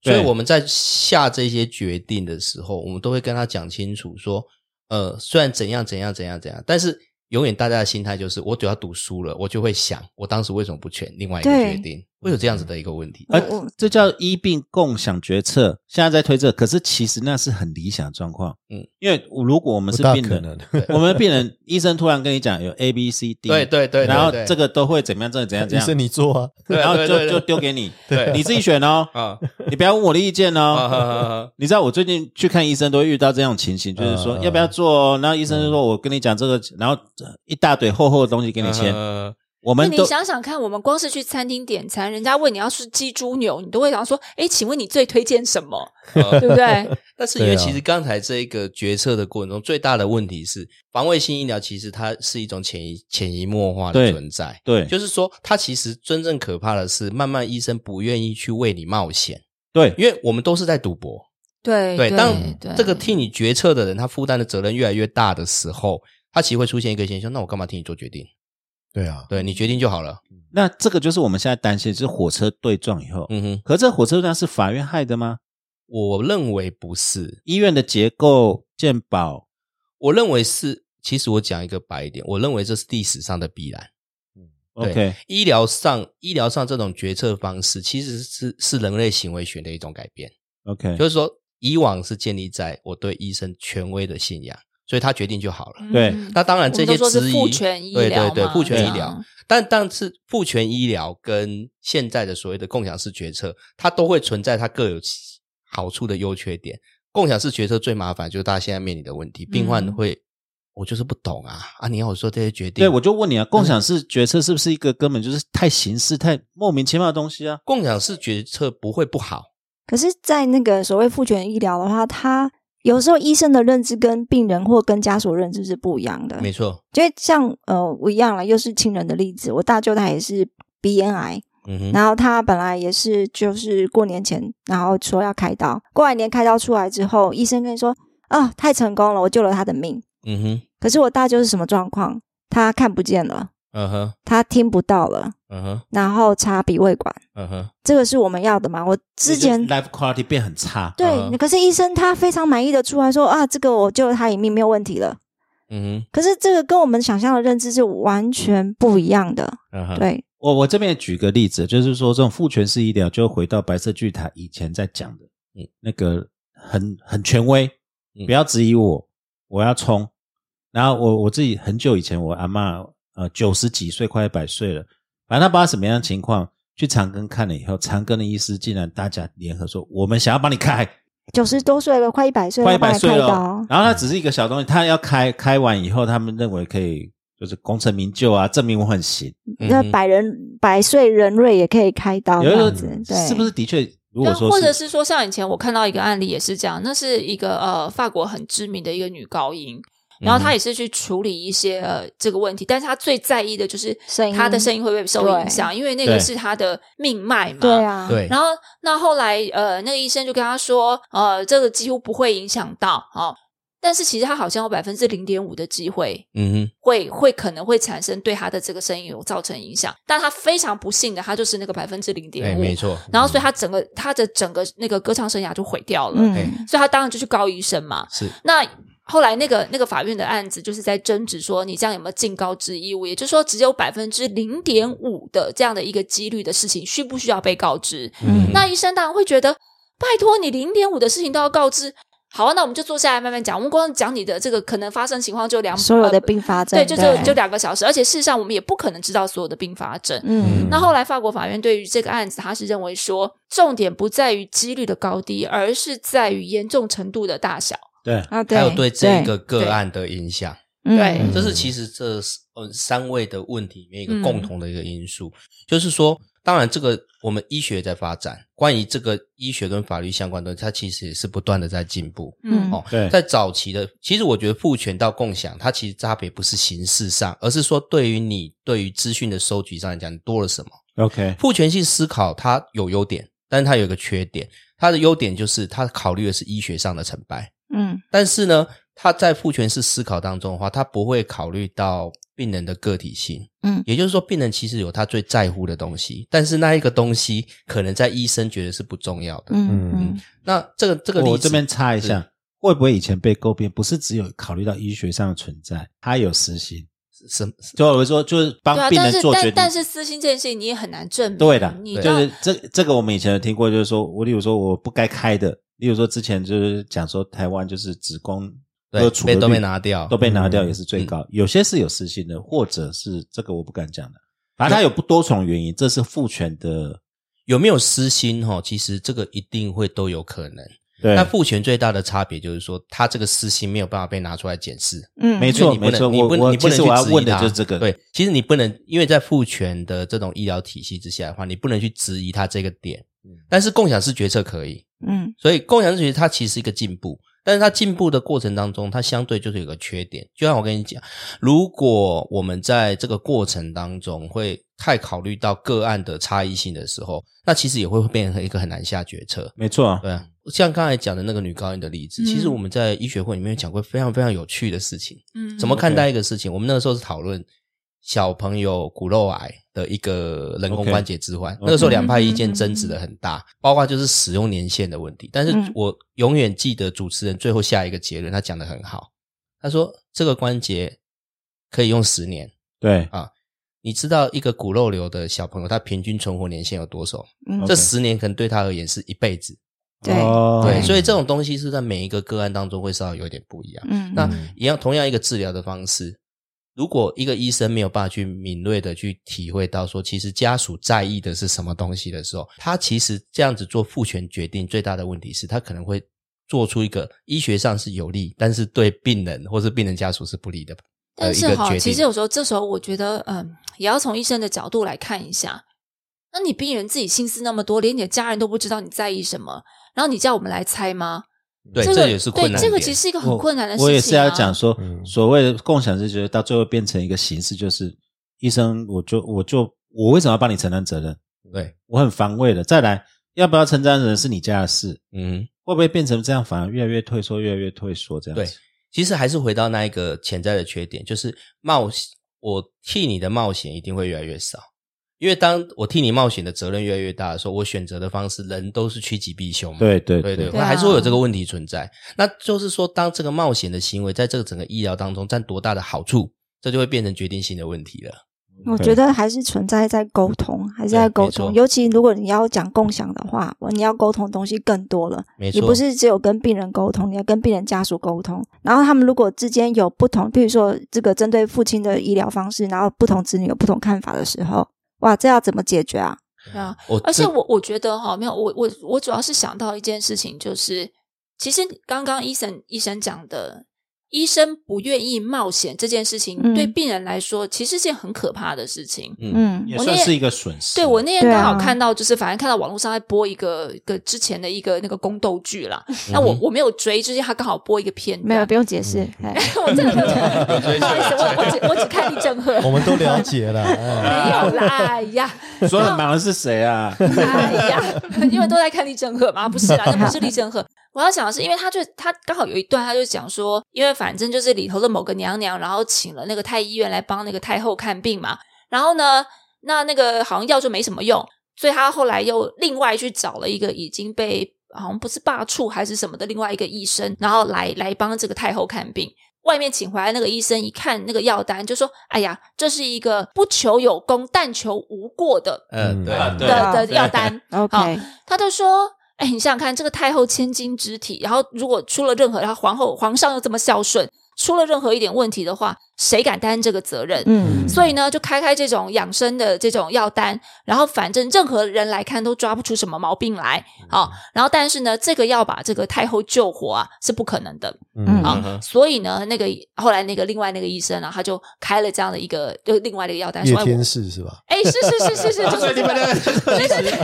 E: 所
B: 对
E: 以我们在下这些决定的时候，我们都会跟他讲清楚说，呃，虽然怎样怎样怎样怎样，但是永远大家的心态就是，我只要赌输了，我就会想，我当时为什么不选另外一个
C: 对
E: 决定？会有这样子的一个问题。
B: 而
C: 我
B: 呃这叫医病共享决策，现在在推这，可是其实那是很理想的状况。嗯
E: 嗯，
B: 因为如果我们
A: 不
B: 是
A: 大
B: 病
A: 可
B: 人，
A: 能。
B: 我们的病人医生突然跟你讲有 A B C D，
E: 对对对，对
B: 然后
E: 对
B: 这个都会怎么样，这个怎样 怎
A: 医
B: 样
A: 生，你做啊，
E: 对
B: 然后
E: 对
B: 就
E: 对
B: 就
E: 对
B: 丢 给你，
E: 对
B: 你自己选哦，
E: 啊
B: 你不要问我的意见
E: 啊啊
B: 哦。
E: 啊啊！
B: 你知道我最近去看医生都会遇到这种情形，就是说
A: 嗯嗯
B: 要不要做哦，然后医生就
A: 嗯
B: 说我跟你讲这个，然后一大堆厚厚的东西给你签，
E: 呃
B: 我
D: 那
B: 们
D: 你
B: 都
D: 想想看，我们光是去餐厅点餐，人家问你要吃鸡猪牛，你都会想说：“哎，请问你最推荐什么？ 对不对
E: 嗯但是因为
A: 对啊
E: 其实刚才这一个决策的过程中，最大的问题是防卫性医疗其实它是一种潜移潜移默化
B: 对
E: 的存在。
B: 对
E: 就是说，它其实真正可怕的是，慢慢医生不愿意去为你冒险，
B: 对
E: 因为我们都是在赌博。？”
D: 对
E: 对，当
D: 哎对
E: 这个替你决策的人，他负担的责任越来越大的时候，他其实会出现一个现象：那我干嘛替你做决定？
A: 对啊，
E: 对你决定就好了。
B: 那这个就是我们现在担心，就是火车对撞以后，
E: 嗯哼，
B: 可这火车站是法院害的吗？
E: 我认为不是，
B: 医院的结构、健保，
E: 我认为是。其实我讲一个白一点，我认为这是历史上的必然。对
B: OK，
E: 医疗上医疗上这种决策方式，其实是是人类行为学的一种改变。
B: OK，
E: 就是说，以往是建立在我对医生权威的信仰，所以他决定就好了。
B: 对
D: 嗯
E: 那当然，这
D: 我们
E: 些
D: 都说是
E: 质疑，
D: 父权医
E: 对
D: 疗
E: 对对，
D: 嘛啊
E: 父权医
D: 这
E: 疗
D: 样。
E: 但但是父权医疗跟现在的所谓的共享式决策，它都会存在它各有其好处的优缺点。共享式决策最麻烦就是大家现在面临的问题，病患
D: 嗯
E: 会、我就是不懂啊啊！你要我做这些决定，
B: 对，我就问
E: 嗯
B: 你啊，共享式决策是不是一个根本就是太形式、太莫名其妙的东西啊？
E: 共享式决策不会不好。
C: 可是，在那个所谓父权医疗的话，他有时候医生的认知跟病人或跟家属认知是不一样的。
E: 没错，
C: 就像呃，我一样了，又是亲人的例子。我大舅他也是鼻咽癌，
E: 嗯哼，
C: 然后他本来也是就是过年前，然后说要开刀，过完年开刀出来之后，医生跟你说啊、太成功了，我救了他的命。
E: 嗯哼，
C: 可是我大舅是什么状况？他看不见了，
E: 嗯哼，
C: 他听不到了，
E: 嗯哼，
C: 然后插鼻胃管，
E: 嗯哼，
C: 这个是我们要的吗？我之前
B: 就是 life quality 变很差，
C: 对，
E: 嗯
C: 可是医生他非常满意的出来说啊，这个我救了他一命，没有问题了。
E: 嗯
C: 可是这个跟我们想象的认知是完全不一样的，
E: 哼，嗯哼，
C: 对，
B: 我我这边也举个例子，就是说这种父权式医疗，就回到白色巨塔以前在讲的，
E: 嗯
B: 那个很很权威，
E: 嗯
B: 不要质疑我，我要冲。然后我我自己很久以前，我阿嬷呃九十几岁，快一百岁了，反正她不知道什么样的情况，去长庚看了以后，长庚的医师竟然大家联合说，我们想要帮你开，
C: 九十多岁了，快一百岁了，
B: 快一
C: 帮
B: 百
C: 他
B: 岁
C: 开
B: 了
C: 刀
B: 哦，，然后它只是一个小东西，他要开开完以后，他们认为可以就是功成名就啊，证明我很行。
C: 那
E: 嗯哼
C: 百人百岁人瑞也可以开
E: 哦
C: 刀这
B: 有
C: 样
B: 的
C: 子，
B: 时候
C: 对，
B: 是不是的确，如果
D: 但
B: 说
D: 或者是说，像以前我看到一个案例也是这样，那是一个呃法国很知名的一个女高音，然后她也是去处理一些呃这个问题，但是她最在意的就是
C: 声音
D: 她的声音会不会受
C: 对
D: 影响，因为那个
B: 对
D: 是她的命脉嘛。
C: 对。啊，
E: 对，
D: 然后，那后来，呃，那个医生就跟她说，呃，这个几乎不会影响到哦，但是其实她好像有百分之零点五的机会
E: 嗯哼，
D: 会会可能会产生对他的这个声音有造成影响，但他非常不幸的，他就是那个百分之零
E: 哎，
D: 点五
E: 没，错，
D: 然后所以他整个他的整个那个歌唱生涯就毁掉了，
C: 嗯
E: 哎，
D: 所以他当然就去告医生嘛。
E: 是
D: 那后来那个那个法院的案子就是在争执说你这样有没有尽高之义务，也就是说只有百分之零点五的这样的一个几率的事情需不需要被告知？
C: 嗯
D: 那医生当然会觉得，拜托你零点五的事情都要告知。好、啊，那我们就坐下来慢慢讲。我们光讲你的这个可能发生情况就
E: 嗯
D: 两
C: 所有的
D: 呃
C: 并发症，
D: 对，就就就两个小时，而且事实上我们也不可能知道所有的并发症。
C: 嗯
D: 那后来法国法院对于这个案子，他是认为说，重点不在于几率的高低，而是在于严重程度的大小。
B: 对
C: 啊，对，
E: 还有对这个个案的影响，
C: 嗯
D: 对
E: 哎这是其实这是呃三位的问题里面一个
D: 嗯
E: 共同的一个因素，就是说，当然这个我们医学在发展，关于这个医学跟法律相关的，它其实也是不断的在进步。
C: 嗯
E: 哦
B: 对，
E: 在早期的，其实我觉得父权到共享，它其实差别不是形式上，而是说对于你对于资讯的收集上来讲，你多了什么。
B: OK，
E: 父权性思考它有优点，但是它有一个缺点，它的优点就是它考虑的是医学上的成败，
C: 嗯
E: 但是呢，它在父权式思考当中的话，它不会考虑到病人的个体性，
C: 嗯
E: 也就是说，病人其实有他最在乎的东西，但是那一个东西可能在医生觉得是不重要的。
C: 嗯嗯
A: 嗯
E: 那这个这个例子，
B: 我这边插一下，会不会以前被诟病，不是只有考虑到医学上的存在，它有实行，
E: 什么
B: 就我说就是帮
D: 对啊，
B: 病
D: 但
B: 人
D: 是
B: 做决
D: 但
B: 定。
D: 但是私心这件事情你也很难证明，啊
B: 对的，
D: 你
B: 就
D: 知道
B: 是这这个我们以前有听过，就是说我例如说我不该开的，例如说之前就是讲说台湾就是子宫
E: 对
B: 割除
E: 被
B: 率
E: 都被拿掉
B: 都被拿掉
A: 嗯
B: 也是最高，有些是有私心的，或者是这个我不敢讲的，反正它有不多重原因，这是父权的
E: 有没有私心哈、其实这个一定会都有可能。
B: 对
E: 那，父权最大的差别就是说，他这个私心没有办法被拿出来检视。
C: 嗯，
B: 没
E: 所以
B: 错
E: 你不
B: 没错，
E: 能，你
B: 我
E: 不能，
B: 我
E: 你
B: 其
E: 不能
B: 实
E: 去
B: 我要
E: 质疑
B: 问的
E: 他
B: 就是这个，
E: 对，其实你不能，因为在父权的这种医疗体系之下的话，你不能去质疑他这个点。但是共享式决策可以，
C: 嗯
E: 所以共享式决策它其实是一个进步，但是它进步的过程当中，它相对就是有个缺点。就像我跟你讲，如果我们在这个过程当中会太考虑到个案的差异性的时候，那其实也会变成一个很难下决策。
B: 没错，
E: 对啊，像刚才讲的那个女高音的例子，
D: 嗯
E: 其实我们在医学会里面有讲过非常非常有趣的事情。
D: 嗯
E: 怎么看待一个事情？我们那个时候是讨论小朋友骨肉癌的一个人工
B: OK 嗯
E: 关节置换
B: OK
E: 那个时候两派意见争执的很大，包括就是使用年限的问题。但是
C: 嗯
E: 我永远记得主持人最后下一个结论，他讲的很好，他说这个关节可以用十年。
B: 对
E: 你知道一个骨肉瘤的小朋友，他平均存活年限有多少？
C: 嗯，
E: 这十年可能对他而言是一辈子。
C: 对
B: 哦
E: 对，所以这种东西是在每一个个案当中会稍微有点不一样。
C: 嗯
E: 那一样同样一个治疗的方式，如果一个医生没有办法去敏锐的去体会到说，其实家属在意的是什么东西的时候，他其实这样子做父权决定最大的问题是他可能会做出一个医学上是有利，但是对病人或是病人家属是不利的。
D: 但是
E: 呃一个
D: 哈，
E: 决定
D: 其实有时候这时候我觉得，嗯，也要从医生的角度来看一下。那你病人自己心思那么多，连你的家人都不知道你在意什么，然后你叫我们来猜吗？
E: 对，
D: 个
E: 也是困难
D: 对，这个
E: 点
D: 其实是一个很困难的事情、啊
B: 我。我也是要讲，说，
A: 嗯
B: 所谓的共享是觉得到最后变成一个形式，就是医生，我就我就我为什么要帮你承担责任？
E: 对，
B: 我很防卫的。再来，要不要承担责任是你家的事，
E: 嗯，
B: 会不会变成这样，反而越来越退缩，越来越退缩这样子？
E: 其实还是回到那一个潜在的缺点，就是冒险，我替你的冒险一定会越来越少。因为当我替你冒险的责任越来越大的时候，我选择的方式，人都是趋吉避凶嘛。
B: 对对
E: 对
B: 对
E: 对，
D: 对啊
E: 还是会有这个问题存在。那就是说，当这个冒险的行为在这个整个医疗当中占多大的好处，这就会变成决定性的问题了。
C: 我觉得还是存在在沟通，还是在
E: 对
C: 沟
E: 没错
C: 通。尤其如果你要讲共享的话，你要沟通的东西更多了。
E: 没
C: 你
E: 错，
C: 不是只有跟病人沟通，你要跟病人家属沟通。然后他们如果之间有不同，比如说这个针对父亲的医疗方式，然后不同子女有不同看法的时候，哇，这要怎么解决啊？
D: 对啊，
E: 我
D: 而且
E: 这
C: 嗯
D: 我我觉得哈，没有我我我主要是想到一件事情，就是其实刚刚医生医生讲的，医生不愿意冒险这件事情，
C: 嗯
D: 对病人来说其实是件很可怕的事情。
E: 嗯
C: 嗯
B: 也
D: 我
B: 算
D: 那
B: 是一个损失。
D: 对我那天
C: 对
D: 刚
C: 啊
D: 好看到，就是反正看到网络上在播一个一个之前的一个那个宫斗剧啦，那我我没有追，就是他刚好播一个片段，
C: 嗯没有，不用解释。
E: 嗯
C: 哎
D: 我真的没有追，不好意思，我我只我只看一整盒，
A: 我们都了解了，
D: 没
A: 哎
D: 有啦，哎呀。
B: 说很忙的是谁 啊？
D: 哎呀， 因为都在看立正赫嘛，不是啦，那不是立正赫。我要讲的是，因为他就他刚好有一段，他就讲说，因为反正就是里头的某个娘娘，然后请了那个太医院来帮那个太后看病嘛。然后呢，那那个好像药就没什么用，所以他后来又另外去找了一个已经被好像不是罢黜还是什么的另外一个医生，然后来来帮这个太后看病。外面请回来那个医生一看那个药单，就说：“哎呀，这是一个不求有功，但求无过的
E: 嗯，对
B: 啊
E: 对
B: 对
D: 的的药单。”
C: ，OK，
D: 他就说：“哎，你想想看，这个太后千金之体，然后如果出了任何，然后皇后皇上又这么孝顺，出了任何一点问题的话，谁敢担这个责任？
C: 嗯
D: 所以呢，就开开这种养生的这种药单，然后反正任何人来看都抓不出什么毛病来啊、然后但是呢，这个要把这个太后救活啊是不可能的。
A: 嗯
D: 啊、
E: 嗯哼
D: 所以呢，那个后来那个另外那个医生啊，他就开了这样的一个，就另外的一个药单，
A: 叶
D: 说哎
A: 天
D: 我
A: 士是吧？
D: 哎，是是是是 是，就是这个。”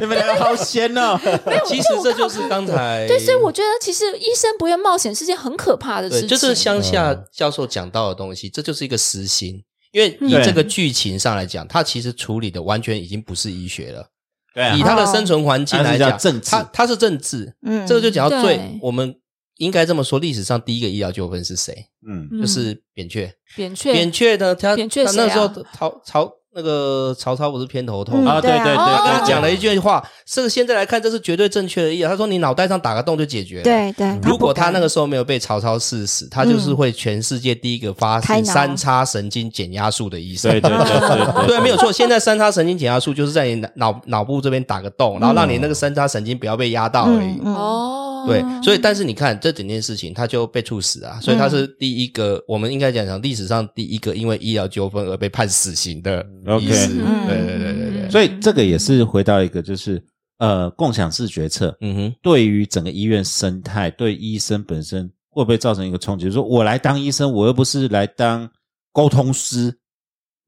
B: 你们两个好闲哦。
E: 其实这就是刚才
D: 对，所以我觉得其实医生不愿冒险是件很可怕的
E: 对，
D: 事情。
E: 就是乡下
B: 嗯
E: 教授讲到的东西，这就是一个实心。因为以
B: 嗯
E: 这个剧情上来讲，它其实处理的完全已经不是医学了。
B: 对啊
E: 以它的
D: 哦
E: 生存环境来
B: 它是
E: 讲，
B: 叫政治
E: 它它是政治，
C: 嗯
E: 这个就讲到最
D: 对，
E: 我们应该这么说，历史上第一个医疗纠纷是谁？
B: 嗯，
D: 嗯
E: 就是扁鹊。
D: 扁鹊，
E: 扁鹊呢，他
D: 扁鹊
E: 他
D: 谁啊
E: 那时候的曹曹那个曹操不是偏头痛
C: 嗯
E: 吗？
B: 啊，对
C: 对啊
B: 对对，
E: 他
D: 哦
E: 刚
B: 刚
E: 刚
B: 刚
E: 讲了一
B: 句，
E: 句话，这个现在来看，这是绝对正确的意啊。他说你脑袋上打个洞就解决了。。
C: 对对，
E: 嗯如果他
C: 他不敢嗯
E: 那个时候没有被曹操刺死，他就是会全世界第一个发
C: 开
E: 现
C: 脑啊
E: 三叉神经减压术的医生。
B: 对对 对对对，
E: 对，没有错。现在三叉神经减压术就是在你脑脑部这边打个洞，然后让你那个三叉神经不要被压到而已。
C: 嗯嗯嗯
D: 哦，
E: 对，所以但是你看这整件事情，他就被处死啊，所以他是第一个，我们应该讲讲历史上第一个因为医疗纠纷而被判死刑的医
B: OK
E: 师。
D: 嗯
E: 对对对对对，
B: 所以这个也是回到一个就是呃共享式决策
E: 嗯哼，
B: 对于整个医院生态，对医生本身会不会造成一个冲击？说我来当医生，我又不是来当沟通师，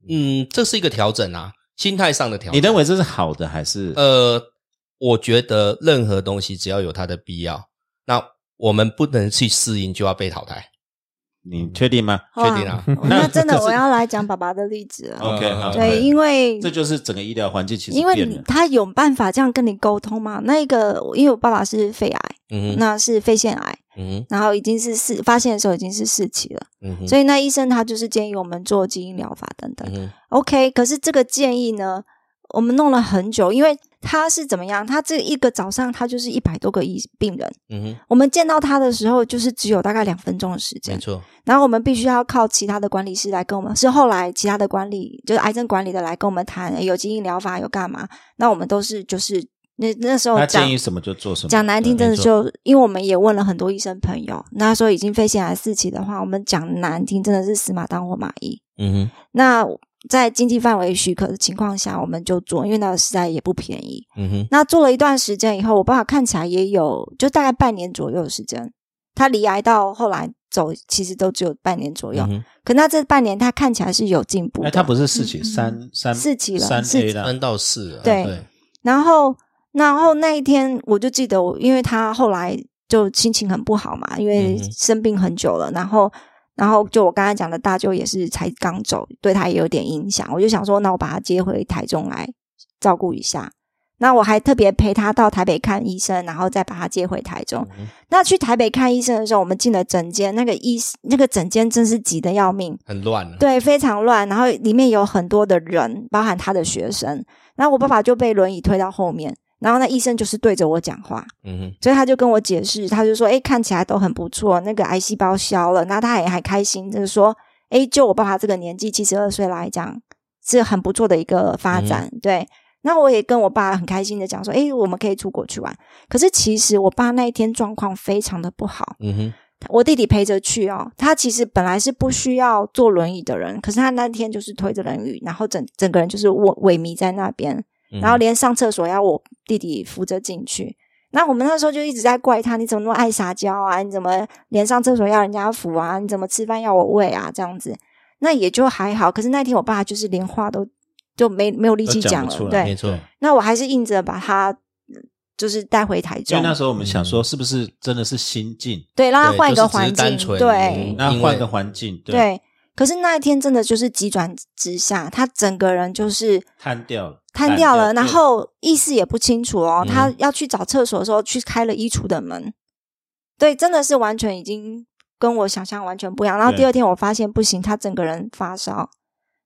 E: 嗯，这是一个调整啊，心态上的调整。
B: 你认为这是好的还是？
E: 呃，我觉得任何东西只要有它的必要，那我们不能去适应就要被淘汰，
B: 你确定吗？
E: 确定啊？哦
C: 哇那 真的
B: 可是
C: 我要来讲爸爸的例子
E: 呃
C: 了。
B: OK，好
C: 对，因为
B: 这就是整个医疗环境其实
C: 因为
B: 变
C: 你
B: 了。
C: 他有办法这样跟你沟通吗？那一个，因为我爸爸是肺癌，
E: 嗯哼，
C: 那是肺腺癌，
E: 嗯
C: 然后已经是四发现的时候已经是四期了，
E: 哼，嗯哼，
C: 所以那医生他就是建议我们做基因疗法等等。
E: 嗯哼
C: OK，可是这个建议呢，我们弄了很久，因为他是怎么样？他这一个早上他就是一百多个医病人，
E: 嗯哼，
C: 我们见到他的时候就是只有大概两分钟的时
E: 没
C: 间，
E: 错，
C: 然后我们必须要靠其他的管理师来跟我们，是后来其他的管理就是癌症管理的来跟我们谈哎诶有基因疗法有干嘛，那我们都是就是那那时候
B: 他
C: 哦讲
B: 建议什么就做什么，
C: 讲难听，
B: 对
C: 真的
B: 没错
C: 就因为我们也问了很多医生朋友，那时候已经肺腺癌四期的话，我们讲难听真的是死马当活马医。
E: 嗯哼，
C: 那在经济范围许可的情况下，我们就做，因为那个实在也不便宜。
E: 嗯哼，
C: 那做了一段时间以后，我爸爸看起来也有就大概半年左右的时间，他离癌到后来走，其实都只有半年左右。
E: 嗯
C: 可那这半年他看起来是有进步的，
B: 哎，他不是四期
D: 嗯
B: 三三
C: 四期了
B: 三
C: 四
B: A
C: 期
E: 哼，
B: 了，
E: 三到四啊，
C: 对然后，然后那一天我就记得我，因为他后来就心情很不好嘛，因为
E: 嗯哼
C: 生病很久了。然后，然后就我刚才讲的大舅也是才刚走，对他也有点影响。我就想说，那我把他接回台中来照顾一下。那我还特别陪他到台北看医生，然后再把他接回台中。
E: 嗯哼
C: 那去台北看医生的时候，我们进了诊间，那个医那个诊间真是挤得要命。
E: 很乱啊，
C: 对，非常乱。然后里面有很多的人，包含他的学生。然后我爸爸就被轮椅推到后面，然后那医生就是对着我讲话，
E: 嗯哼，
C: 所以他就跟我解释，他就说：“哎，看起来都很不错，那个癌细胞消了。”那他也还开心，就是说：“哎，就我爸爸这个年纪，七十二岁来讲，是很不错的一个发展。对。那我也跟我爸很开心的讲说：“哎，我们可以出国去玩。”可是其实我爸那一天状况非常的不好，
E: 嗯哼，
C: 我弟弟陪着去哦，他其实本来是不需要坐轮椅的人，可是他那天就是推着轮椅，然后整整个人就是萎萎靡在那边，
E: 嗯哼
C: 然后连上厕所要我弟弟扶着进去。那我们那时候就一直在怪他，你怎么那么爱撒娇啊？你怎么连上厕所要人家扶啊？你怎么吃饭要我喂啊？这样子，那也就还好。可是那天我爸就是连话都就没没有力气
B: 都讲
C: 讲
B: 不出
C: 了，
B: 来
E: 没
C: 对。
E: 错，
C: 那我还是硬着把他嗯就是带回台
B: 因
C: 中
B: 为，那时候我们
E: 嗯
B: 想说，是不是真的是心境？
C: 对，让他
E: 对
C: 换一
E: 就
C: 个
E: 是只是
C: 环
E: 单
C: 境，
E: 纯
C: 对
E: 嗯，
B: 那
E: 因为
B: 换个环境，，
C: 对，可是那一天真的就是急转直下，他整个人就是
B: 瘫掉了，
C: 瘫掉了，
B: 懒得
C: 然后意识也不清楚哦。
E: 嗯
C: 他要去找厕所的时候，去开了衣橱的门，对，真的是完全已经跟我想象完全不一样。然后
B: 对
C: 第二天我发现不行，他整个人发烧。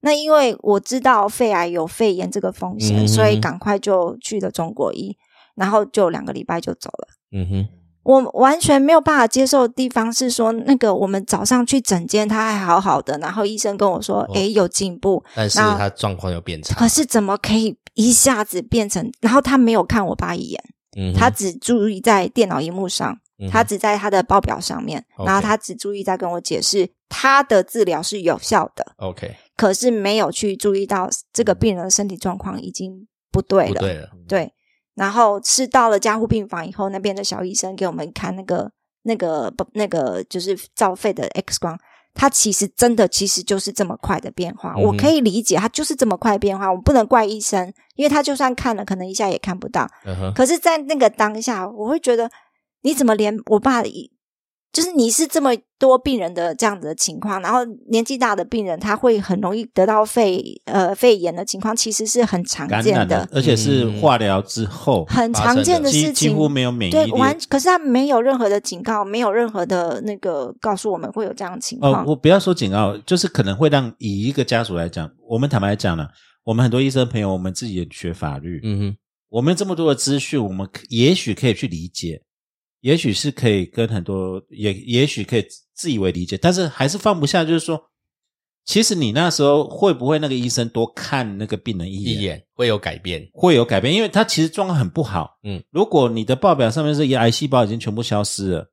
C: 那因为我知道肺癌有肺炎这个风险，
E: 嗯
C: 所以赶快就去了中国医，然后就两个礼拜就走了。
E: 嗯哼，
C: 我完全没有办法接受的地方是说，那个我们早上去诊间，他还好好的，然后医生跟我说，诶、有进步，
E: 但是
C: 那
E: 哦他状况又变差
C: 可，是怎么可以一下子变成？然后他没有看我爸一眼，
E: 嗯哼，
C: 他只注意在电脑荧幕上，
E: 嗯哼
C: 他只在他的报表上面，
E: OK
C: 然后他只注意在跟我解释他的治疗是有效的，
E: OK
C: 可是没有去注意到这个病人的身体状况已经不对
E: 嗯不
C: 了。
E: 对了，
C: 对，然后是到了加护病房以后，那边的小医生给我们看那个那个不那个就是照肺的 X 光，它其实真的其实就是这么快的变化，我
E: 嗯哼
C: 可以理解它就是这么快的变化，我不能怪医生，因为他就算看了，可能一下也看不到。
E: 嗯哼，
C: 可是，在那个当下，我会觉得你怎么连我爸一，就是你是这么多病人的这样子的情况，然后年纪大的病人他会很容易得到肺呃肺炎的情况，其实是很常
B: 感
C: 见
B: 染
C: 的
B: 了，。而且是化疗之后，
C: 很
E: 发生
C: 常见
E: 的
C: 的
B: 几
C: 事
B: 几
C: 情，
B: 乎没有免疫
C: 对
B: 力。
C: 完，可是他没有任何的警告，没有任何的那个告诉我们会有这样的情
B: 呃
C: 况，。
B: 我不要说警告，就是可能会让以一个家属来讲，我们坦白讲了，我们很多医生朋友，我们自己也学法律，
E: 嗯哼，
B: 我们这么多的资讯，我们可也许可以去理解，也许是可以跟很多也也许可以自以为理解，但是还是放不下。就是说，其实你那时候会不会那个医生多看那个病人一眼，
E: 一眼会有改变，
B: 会有改变？因为他其实状况很不好。
E: 嗯，
B: 如果你的报表上面是癌细胞已经全部消失了，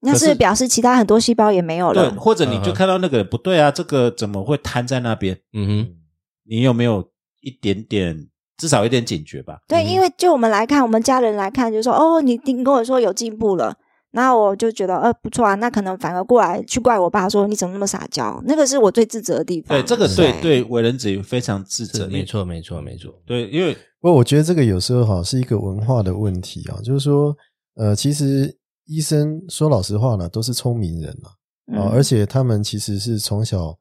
C: 那
B: 可
C: 是
B: 是
C: 表示其他很多细胞也没有
B: 对，
C: 了。
B: 或者你
E: 嗯
B: 就
E: 哼
B: 看到那个人不对啊，这个怎么会瘫在那边？
E: 嗯哼，
B: 你有没有一点点，至少有点警觉吧？
A: 嗯
C: 对，因为就我们来看，我们家人来看，就说哦，你你跟我说有进步了，那我就觉得呃不错啊，那可能反而过来去怪我爸说你怎么那么撒娇，那个是我最自责的地方。
B: 对，这个对
C: 对
B: 对，为人子非常自
E: 是
B: 责，
E: 没。错，没错，没错，
B: 对，因为
A: 不过我觉得这个有时候哈是一个文化的问题啊，就是说，呃，其实医生说老实话呢，都是聪明人啊，
C: 嗯
A: 啊，而且他们其实是从小，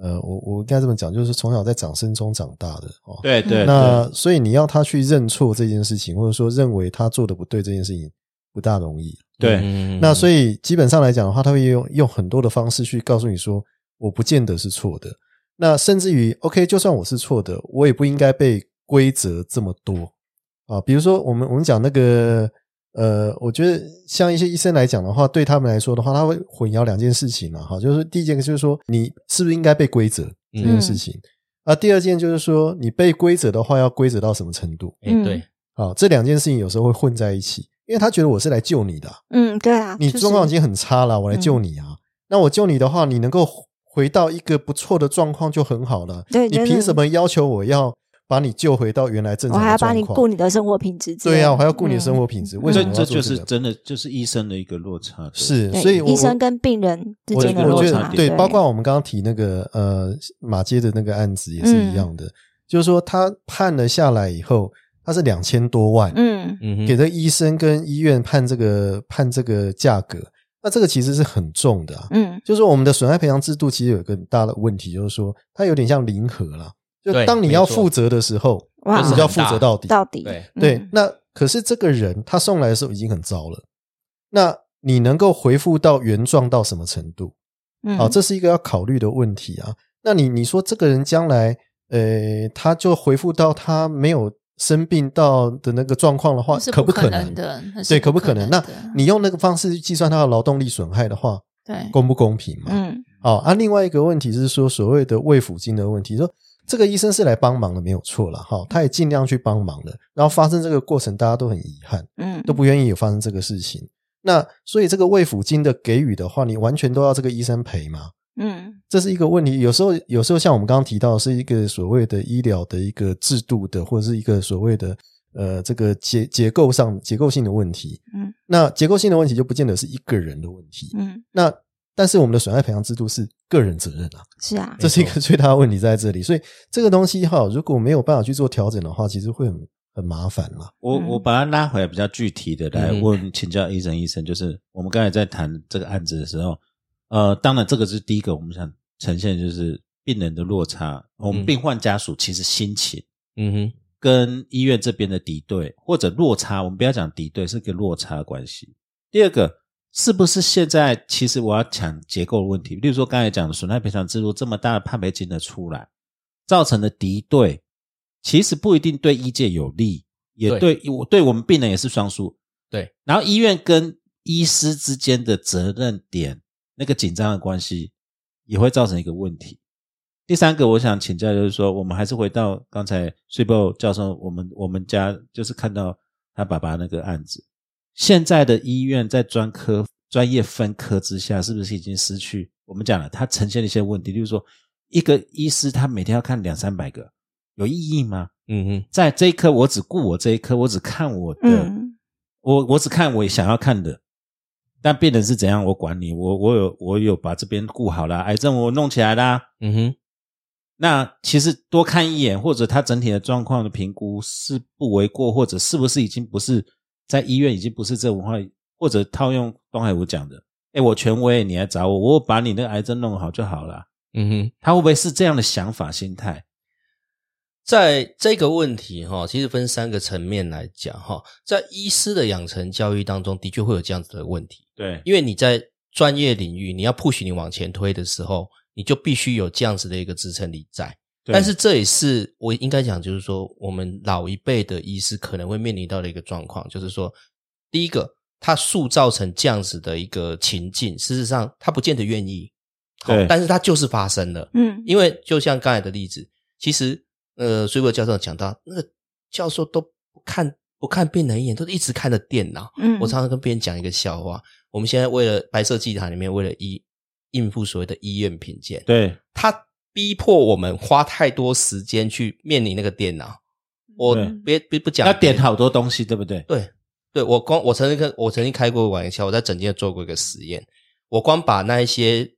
A: 呃，我我应该这么讲，就是从小在掌声中长大的哦。
B: 对对
A: 那所以你要他去认错这件事情，或者说认为他做的不对这件事情，不大容易。
B: 对对，
E: 嗯
A: 那所以基本上来讲的话，他会用用很多的方式去告诉你说，我不见得是错的。那甚至于，OK，就算我是错的，我也不应该被规则这么多啊。比如说，我们我们讲那个，呃，我觉得像一些医生来讲的话，对他们来说的话，他会混淆两件事情啊。哈，就是第一件就是说，你是不是应该被规则这件事情？啊，第二件就是说，你被规则的话，要规则到什么程度？
E: 哎对，
A: 啊，这两件事情有时候会混在一起，因为他觉得我是来救你的啊、
C: 嗯，对啊，
A: 你
C: 就是嗯
A: 状况已经很差了，我来救你啊。那我救你的话，你能够回到一个不错的状况就很好了。
C: 对
A: 你
C: 就是
A: 凭什么要求我要把你救回到原来正
C: 我
A: 常
C: 还
A: 的
C: 要帮
A: 状
C: 你顾
A: 况？
C: 你的生活品质之类的，
A: 对啊呀、我还要顾你的生
C: 嗯
A: 活品质，为
B: 这
A: 什么我
B: 这
A: 要做
B: 就是
A: 这个
B: 真的，就是医生的一个落差。对
A: 是，
C: 对
A: 所以我
C: 医生跟病人之
A: 我
C: 间的
B: 我
A: 我
C: 落
A: 觉
C: 差
A: 得，对，包括我们刚刚提那个呃马街的那个案子也是一
C: 嗯
A: 样的，就是说他判了下来以后，他是两千多万，
C: 嗯
E: 嗯
A: 给
E: 哼，
A: 这医生跟医院判这个判这个价格，那这个其实是很重的啊。
C: 嗯
A: 就是我们的损害赔偿制度其实有一个很大的问题，就是说它有点像零和啦，就
E: 对
A: 当你要
E: 没错
A: 负责的时候，
C: 哇
A: 就是要负责到底。
C: 到底
E: 对
A: 对
C: 嗯，
A: 那可是这个人他送来的时候已经很糟了，那你能够回复到原状到什么程度？
C: 嗯
A: 啊，这是一个要考虑的问题啊。那你你说这个人将来，呃，他就回复到他没有生病到的那个状况的话，
D: 是
A: 可
D: 不
A: 可能
D: 能？的，那是
A: 对，可
D: 不
A: 不可能？那
D: 的
A: 你用那个方式去计算他的劳动力损害的话，
D: 对
A: 公不公平嘛？
C: 嗯
A: 哦，啊，另外一个问题是说所谓的胃腹经的问题，说这个医生是来帮忙的，没有错了哈、他也尽量去帮忙了，然后发生这个过程，大家都很遗憾，
C: 嗯
A: 都不愿意有发生这个事情。那所以这个胃腹经的给予的话，你完全都要这个医生赔吗？
C: 嗯
A: 这是一个问题。有时候，有时候像我们刚刚提到，是一个所谓的医疗的一个制度的，或者是一个所谓的呃这个结结构上结构性的问题。
C: 嗯，
A: 那结构性的问题就不见得是一个人的问题。
C: 嗯
A: 那但是我们的损害赔偿制度是个人责任啊，
C: 是啊
A: 这是一个最大的问题在这里。所以这个东西哈，如果没有办法去做调整的话，其实会很很麻烦啦。
B: 我
C: 嗯
B: 我把它拉回来比较具体的来
E: 嗯
B: 问请教医生医生，就是我们刚才在谈这个案子的时候，呃，当然这个是第一个我们想呈现的就是病人的落差，我们
E: 嗯
B: 病患家属其实心情
E: 嗯哼，
B: 跟医院这边的敌对或者落差，我们不要讲敌对，是个落差关系。第二个是不是现在其实我要讲结构的问题，例如说刚才讲的损害赔偿制度这么大的判赔金额出来，造成的敌对，其实不一定对医界有利，也
E: 对
B: 对我对我们病人也是双输。
E: 对，
B: 然后医院跟医师之间的责任点那个紧张的关系，也会造成一个问题。第三个，我想请教就是说，我们还是回到刚才 s u p e 教授，我们我们家就是看到他爸爸那个案子，现在的医院在专科专业分科之下，是不是已经失去？我们讲了，它呈现了一些问题，例如说，一个医师他每天要看两三百个，有意义吗？
E: 嗯哼，
B: 在这一科，我只顾我这一科，我只看我的，
C: 嗯
B: 我我只看我想要看的。但病人是怎样，我管你，我我有我有把这边顾好啦，癌症我弄起来啦，
E: 嗯哼，
B: 那其实多看一眼，或者他整体的状况的评估是不为过，或者是不是已经不是在医院已经不是这文化，或者套用东海武讲的，哎，我权威，你来找我，我把你那个癌症弄好就好了。
E: 嗯哼。
B: 他会不会是这样的想法心态？
E: 在这个问题哈，其实分三个层面来讲哈，在医师的养成教育当中，的确会有这样子的问题，
B: 对，
E: 因为你在专业领域，你要 push 你往前推的时候，你就必须有这样子的一个支撑力在。
B: 对
E: 但是这也是我应该讲，就是说我们老一辈的医师可能会面临到的一个状况，就是说，第一个，他塑造成这样子的一个情境，事实上他不见得愿意，好
B: 对
E: 但是他就是发生了。
C: 嗯，
E: 因为就像刚才的例子，其实呃，水果教授讲到，那个教授都不看不看病人一眼，都一直看着电脑。
C: 嗯
E: 我常常跟别人讲一个笑话，我们现在为了白色祭坛里面为了医应付所谓的医院评鉴，
B: 对，
E: 他逼迫我们花太多时间去面临那个电脑。我
B: 对
E: 别别不讲
B: 要点
E: 别的
B: 好多东西，对不对？
E: 对，对我光我曾经跟我曾经开过玩笑，我在诊间做过一个实验，我光把那一些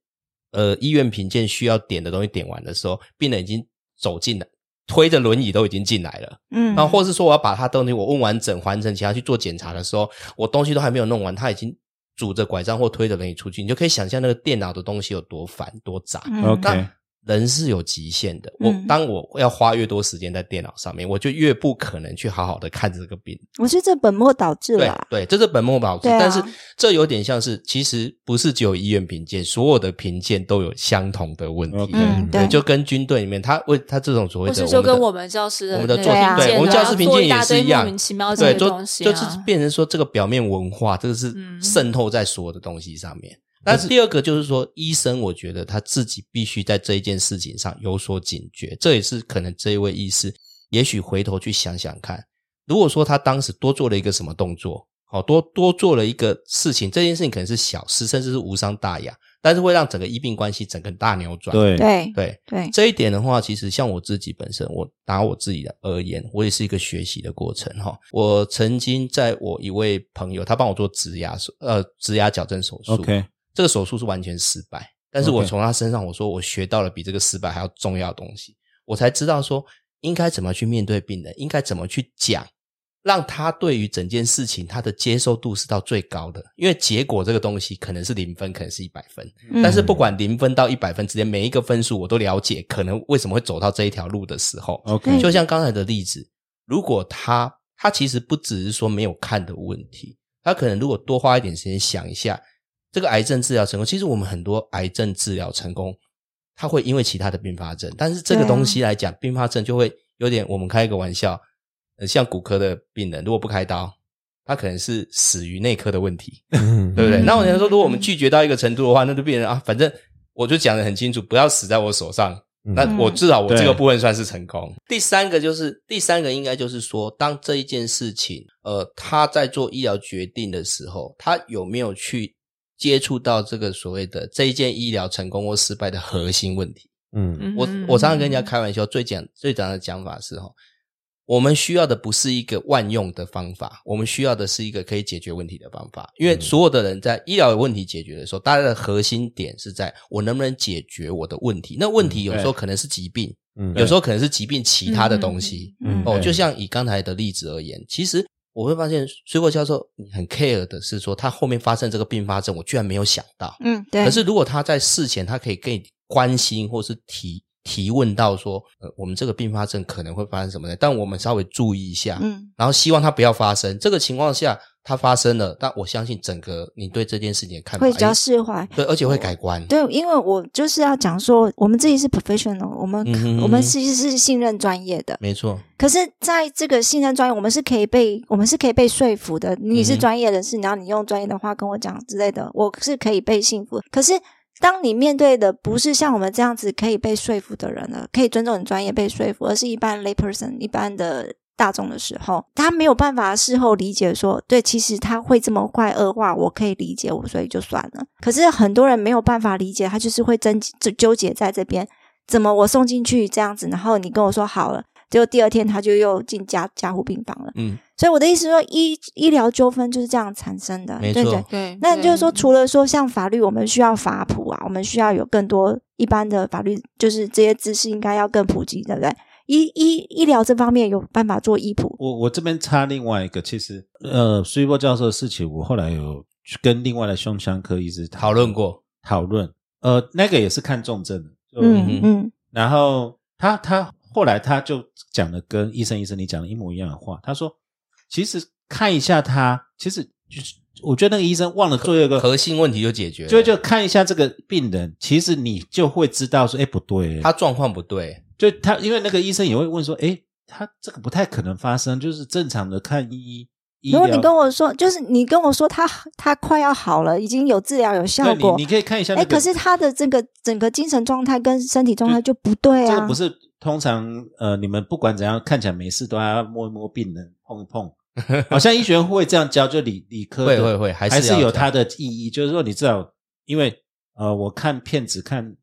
E: 呃医院评鉴需要点的东西点完的时候，病人已经走进来，推着轮椅都已经进来了。
C: 嗯，
E: 然后或是说我要把他东西我问完整完成，其他去做检查的时候，我东西都还没有弄完，他已经拄着拐杖或推着轮椅出去，你就可以想象那个电脑的东西有多烦多杂。
C: 嗯
B: OK
E: 人是有极限的，我
C: 嗯
E: 当我要花越多时间在电脑上面，我就越不可能去好好的看这个病
C: 我觉得这本末倒置
E: 对
C: 了啊。
E: 对，这是本末倒置。
C: 对啊
E: 但是这有点像是，其实不是只有医院评鉴，所有的评鉴都有相同的问题。
B: OK
C: 嗯，
E: 对，就跟军队里面，他为他这种所谓
D: 或
E: 的，
D: 是就跟
E: 我
D: 我
E: 们
D: 们教师
E: 我们
D: 的
E: 的
D: 那
E: 作
D: 个
C: 对啊
D: 评
E: 对，
D: 鉴
E: 我们
D: 啊
E: 教师评
D: 做
E: 鉴
D: 一
E: 也
D: 大
E: 是
D: 堆
E: 一样
D: 莫名其妙
E: 对，
D: 这些
E: 就
D: 东西
E: 就是
D: 啊。
E: 变成说这个表面文化，这个是
D: 嗯
E: 渗透在所有的东西上面。但是第二个就是说，医生我觉得他自己必须在这一件事情上有所警觉，这也是可能这一位医师也许回头去想想看，如果说他当时多做了一个什么动作，好多多做了一个事情，这件事情可能是小事，甚至是无伤大雅，但是会让整个医病关系整个大扭转。
B: 对
C: 对
E: 对，
C: 对，
E: 这一点的话，其实像我自己本身，我拿我自己的而言，我也是一个学习的过程哈。我曾经在我一位朋友，他帮我做植牙手呃植牙矫正手术
B: OK，
E: 这个手术是完全失败，但是我
B: OK
E: 从他身上，我说我学到了比这个失败还要重要的东西，我才知道说应该怎么去面对病人，应该怎么去讲，让他对于整件事情他的接受度是到最高的，因为结果这个东西可能是零分，可能是一百分。
C: 嗯
E: 但是不管零分到一百分之间，每一个分数我都了解，可能为什么会走到这一条路的时候，
C: 嗯
B: OK，
E: 就像刚才的例子，如果他他其实不只是说没有看的问题，他可能如果多花一点时间想一下，这个癌症治疗成功，其实我们很多癌症治疗成功，他会因为其他的并发症，但是这个
C: 对啊
E: 东西来讲，并发症就会有点，我们开一个玩笑，呃，像骨科的病人如果不开刀，他可能是死于内科的问题。
A: 嗯
E: 对不对？
D: 嗯
E: 那我想说，如果我们拒绝到一个程度的话，那就变成啊，反正我就讲的很清楚，不要死在我手上。
A: 嗯
E: 那我至少我这个
B: 对
E: 部分算是成功。第三个就是第三个应该就是说，当这一件事情，呃，他在做医疗决定的时候，他有没有去接触到这个所谓的这一件医疗成功或失败的核心问题？
A: 嗯
E: 我
D: 啊
E: 我常常跟人家开玩笑，最简最常的讲法是哈，我们需要的不是一个万用的方法，我们需要的是一个可以解决问题的方法。因为所有的人在医疗有问题解决的时候，大家的核心点是在我能不能解决我的问题。那问题有时候可能是疾病，
A: 嗯
E: 有时候可能是疾病其他的东西。
C: 嗯
E: 哦，
B: 对
E: 就像以刚才的例子而言，其实我会发现，水果教授你很 care 的是说，他后面发生这个并发症，我居然没有想到。
C: 嗯对，
E: 可是如果他在事前，他可以跟你关心或是提提问到说，呃，我们这个并发症可能会发生什么呢？但我们稍微注意一下，
C: 嗯
E: 然后希望它不要发生。这个情况下，它发生了，但我相信整个你对这件事情的看法
C: 会比较
E: 哎
C: 释怀。
E: 对，而且会改观。
C: 对，因为我就是要讲说，我们自己是 professional，我们、
E: 嗯哼
C: 我们其实是信任专业的。
E: 没错，
C: 可是，在这个信任专业，我们是可以被我们是可以被说服的。你
E: 嗯
C: 是
E: 哼
C: 专业人士，然后你用专业的话跟我讲之类的，我是可以被信服。可是，当你面对的不是像我们这样子可以被说服的人了，可以尊重你专业被说服，而是一般 lay person 一般的大众的时候，他没有办法事后理解说，对，其实他会这么快恶化，我可以理解，我所以就算了。可是很多人没有办法理解，他就是会争就纠结在这边，怎么我送进去这样子，然后你跟我说好了。结果第二天他就又进加加护病房了，
E: 嗯，
C: 所以我的意思说医医疗纠纷就是这样产生的，
E: 没
C: 对不对
E: 错，
D: 对，
C: 那就是说，
D: 对
C: 除了说像法律，我们需要法普啊，我们需要有更多一般的法律，就是这些知识应该要更普及，对不对？医医医疗这方面有办法做医普，
B: 我我这边插另外一个，其实呃，苏一波教授的事情，我后来有去跟另外的胸腔科医师
E: 讨论过，
B: 讨论，呃，那个也是看重症的，嗯，
C: 嗯嗯
B: 然后他他后来他就讲了跟医生医生你讲的一模一样的话，他说其实看一下他，其实就是我觉得那个医生忘了做一个
E: 核心问题就解决了，
B: 就就看一下这个病人，其实你就会知道说，哎，不对，
E: 他状况不对，
B: 就他，因为那个医生也会问说，诶，他这个不太可能发生，就是正常的看医医
C: 如
B: 疗。
C: 果你跟我说，就是你跟我说他他快要好了，已经有治疗有效
B: 对
C: 果
B: 你，你，可以看一下、
C: 哎、
B: 那个，
C: 可是他的这个整个精神状态跟身体状态就不对
B: 这
C: 啊。
B: 个不是通常呃，你们不管怎样看起来没事，都要摸一摸病人，碰一 碰。好像医学会这样教，就理理科的
E: 会会会还是
B: 还是
E: 要
B: 有
E: 这
B: 它的意义。就是说，你知道，因为呃，我看片子看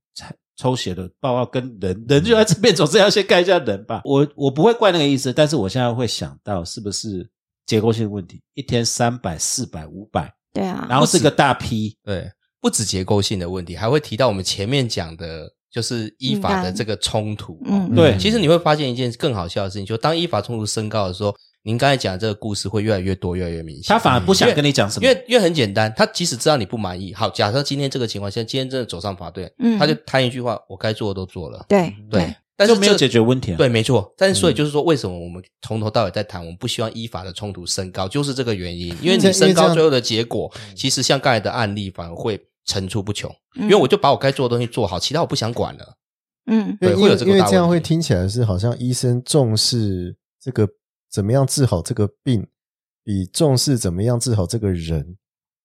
B: 抽血的报告跟人 人就在这边，总是要先看一下人吧。我我不会怪那个医生，但是我现在会想到是不是结构性问题，一天三百、四百、五百，
C: 对啊，
B: 然后是个大 批，
E: 对，不止结构性的问题，还会提到我们前面讲的，就是依法的这个冲突。哦
C: 嗯
B: 对
E: 其实你会发现一件更好笑的事情，就当依法冲突升高的时候，您刚才讲的这个故事会越来越多，越来越明显。嗯
B: 他反而不想跟你讲什么，
E: 因为因为很简单，他即使知道你不满意，好，假设今天这个情况下，今天真的走上法院，
C: 嗯
E: 他就谈一句话：“我该做的都做了。
C: 对
E: 对，但是
B: 就没有
E: 这
B: 解决问题啊
E: 对，没错。但是所以就是说，为什么我们从头到尾在谈，我们不希望依法的冲突升高，就是这个原因。因为
A: 因为
E: 你
A: 嗯
E: 升
A: 这
E: 高
A: 样嗯
E: 最后的结果，其实像刚才的案例，反而会层出不穷。因为我就把我该做的东西做好，其他我不想管了。
C: 嗯
E: 对
A: 因为
E: 会有这个
A: 因为
E: 大
A: 这样
E: 问
A: 会
E: 题
A: 听起来是好像医生重视这个怎么样治好这个病，比重视怎么样治好这个人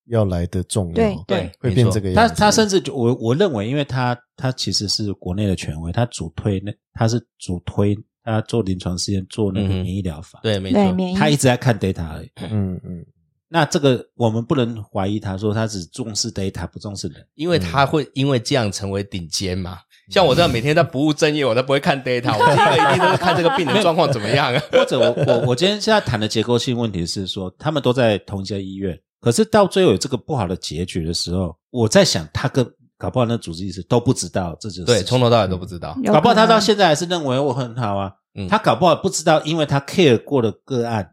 A: 要来的重要。哦
C: 对对
A: 会
E: 没
A: 变
E: 错
A: 这个样
B: 他
A: 子。
B: 他甚至就我我认为，因为他他其实是国内的权威，他主推那他是主推他做临床试验做那个
E: 嗯哼
B: 免疫疗法，
E: 对，没
C: 对
E: 错。
C: 免疫
B: 他一直在看 data 而已。
A: 嗯嗯，
B: 那这个我们不能怀疑他说他只重视 data 不重视人，
E: 因为他会因为这样成为顶尖嘛。
A: 嗯
E: 像我这样每天在不务正业，我都不会看 data，我第一个一定都是看这个病人状况怎么样啊。
B: 或者我我我今天现在谈的结构性问题是说，他们都在同一家医院，可是到最后有这个不好的结局的时候，我在想他跟搞不好那主治医师都不知道这就是
E: 对，从头到尾都不知道。
A: 嗯
C: 有
B: 搞不好
C: 可
B: 他到
C: 能
B: 现在还是认为我很好啊。
E: 嗯
B: 他搞不好不知道，因为他 care 过的个案，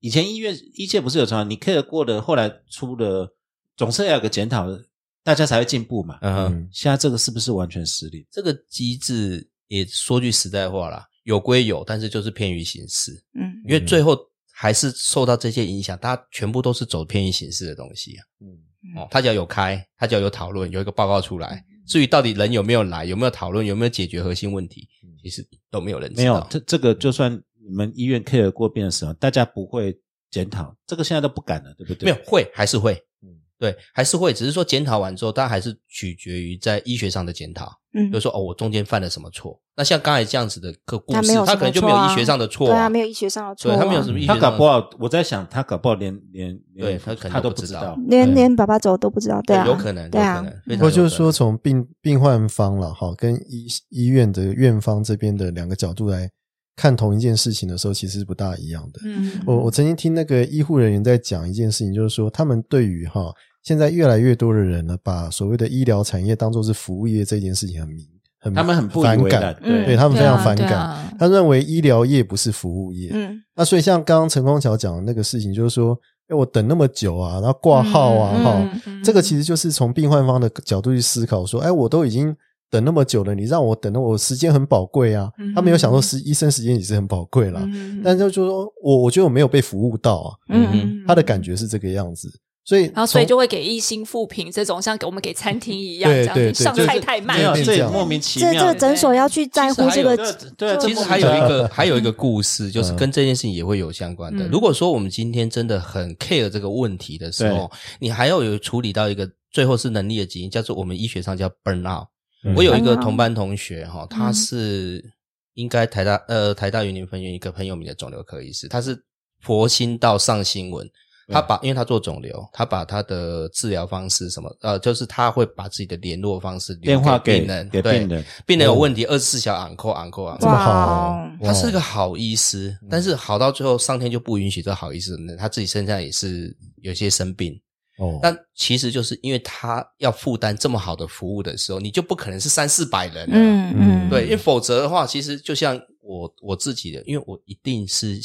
B: 以前医院医界不是有传，你 care 过的，后来出的，总是要有个检讨的，大家才会进步嘛。
E: 嗯哼，
A: 嗯
B: 现在这个是不是完全失灵？
E: 这个机制也说句实在话啦，有归有，但是就是偏于形式。
C: 嗯
E: 因为最后还是受到这些影响，它全部都是走偏移形式的东西啊。
B: 嗯
C: 嗯
E: 哦，它只要有开，它只要有讨论，有一个报告出来，至于到底人有没有来，有没有讨论，有没有解决核心问题，其实都没有人
B: 嗯没
E: 知
B: 有
E: 道，。
B: 这这个就算你们医院 care 过病的时候，大家不会检讨，这个现在都不敢了，对不对？
E: 没有会还是会
A: 嗯，
E: 对，还是会，只是说检讨完之后，它还是取决于在医学上的检讨，
C: 嗯
E: 就是，说哦，我中间犯了什么错。那像刚才这样子的个故
C: 他没
E: 事
C: 有，
E: 它
C: 什
E: 可能
C: 么
E: 就没
C: 错
E: 有
C: 啊
E: 医学上的错
C: 对啊，没有医学上的错
E: 对
C: 啊，
E: 他没有什么医
B: 嗯
E: 学
B: 他
E: 上的
B: 搞不好，我在想，他搞不好连连
E: 对
B: 连
E: 他可能
B: 他
E: 都
B: 都
E: 不
B: 不
E: 知
B: 知
E: 道
B: 道。
C: 连
E: 对
C: 连爸爸走都不知道，对啊，
E: 有可能，有
C: 对
E: 可
C: 啊
E: 能，非常有可能。
A: 我就是说，从病病患方了哈，跟医医院的院方这边的两个角度来看同一件事情的时候，其实是不大一样的。
D: 嗯，
A: 我我曾经听那个医护人员在讲一件事情，就是说他们对于哈现在越来越多的人呢，把所谓的医疗产业当做是服务业这件事情很明很
B: 他们很不以
A: 反
B: 为然
A: 感，，
C: 嗯
A: 对他们非常
D: 对啊
A: 反
D: 对
A: 感。
D: 啊
A: 他认为医疗业不是服务业，
C: 嗯
A: 那所以像刚刚陈光桥讲的那个事情，就是说，哎，我等那么久啊，然后挂号啊，哈、
D: 嗯嗯嗯
A: 这个其实就是从病患方的角度去思考，说，哎，我都已经等那么久了，你让我等，我时间很宝贵啊。
D: 嗯
A: 他没有想说时医生时间也是很宝贵啦，
D: 嗯
A: 但是就是说我我觉得我没有被服务到啊，
C: 嗯
E: 嗯
C: 嗯，
A: 他的感觉是这个样子，所以
D: 然后所以
A: 从
D: 就会给一星复评这种，像给我们给餐厅一样，
A: 对
D: 这样
A: 对
D: 子
A: 对
D: 上
A: 就是
D: 菜太慢
B: 没有，
A: 这
B: 这
A: 样
B: 莫名其
C: 这
B: 妙。
C: 这个诊所要去在乎这
E: 其实还有
C: 个，
B: 对啊，这
E: 其实
B: 莫名
E: 还
B: 其
E: 有一
B: 妙
E: 个还有一个故事，就是
A: 嗯
E: 跟这件事情也会有相关的。
D: 嗯
E: 如果说我们今天真的很 care 这个问题的时候，你还要有处理到一个最后是能力的极限，叫做我们医学上叫 burn out。
A: 嗯
E: 我有一个
C: burn out
E: 同班同学哈，他
C: 嗯
E: 是应该台大呃台大云林分院一个很有名的肿瘤科医师，他是佛心到上新闻。他把，因为他做肿瘤，他把他的治疗方式什么，呃，就是他会把自己的联络方式留
B: 电话
E: 给
B: 给
E: 病人，
B: 给
E: 对
B: 病人，
E: 病人有问题，二十四小时 uncle uncle
A: 这么
E: uncle。
A: 好哦
D: 哦
C: 哇，
A: 哇
E: 他是个好医师，但是好到最后，上天就不允许这好医师，他自己身上也是有些生病。
A: 哦，
E: 但其实就是因为他要负担这么好的服务的时候，你就不可能是三四百人了。啊
C: 嗯嗯，
E: 对，因为否则的话，其实就像我我自己的，因为我一定是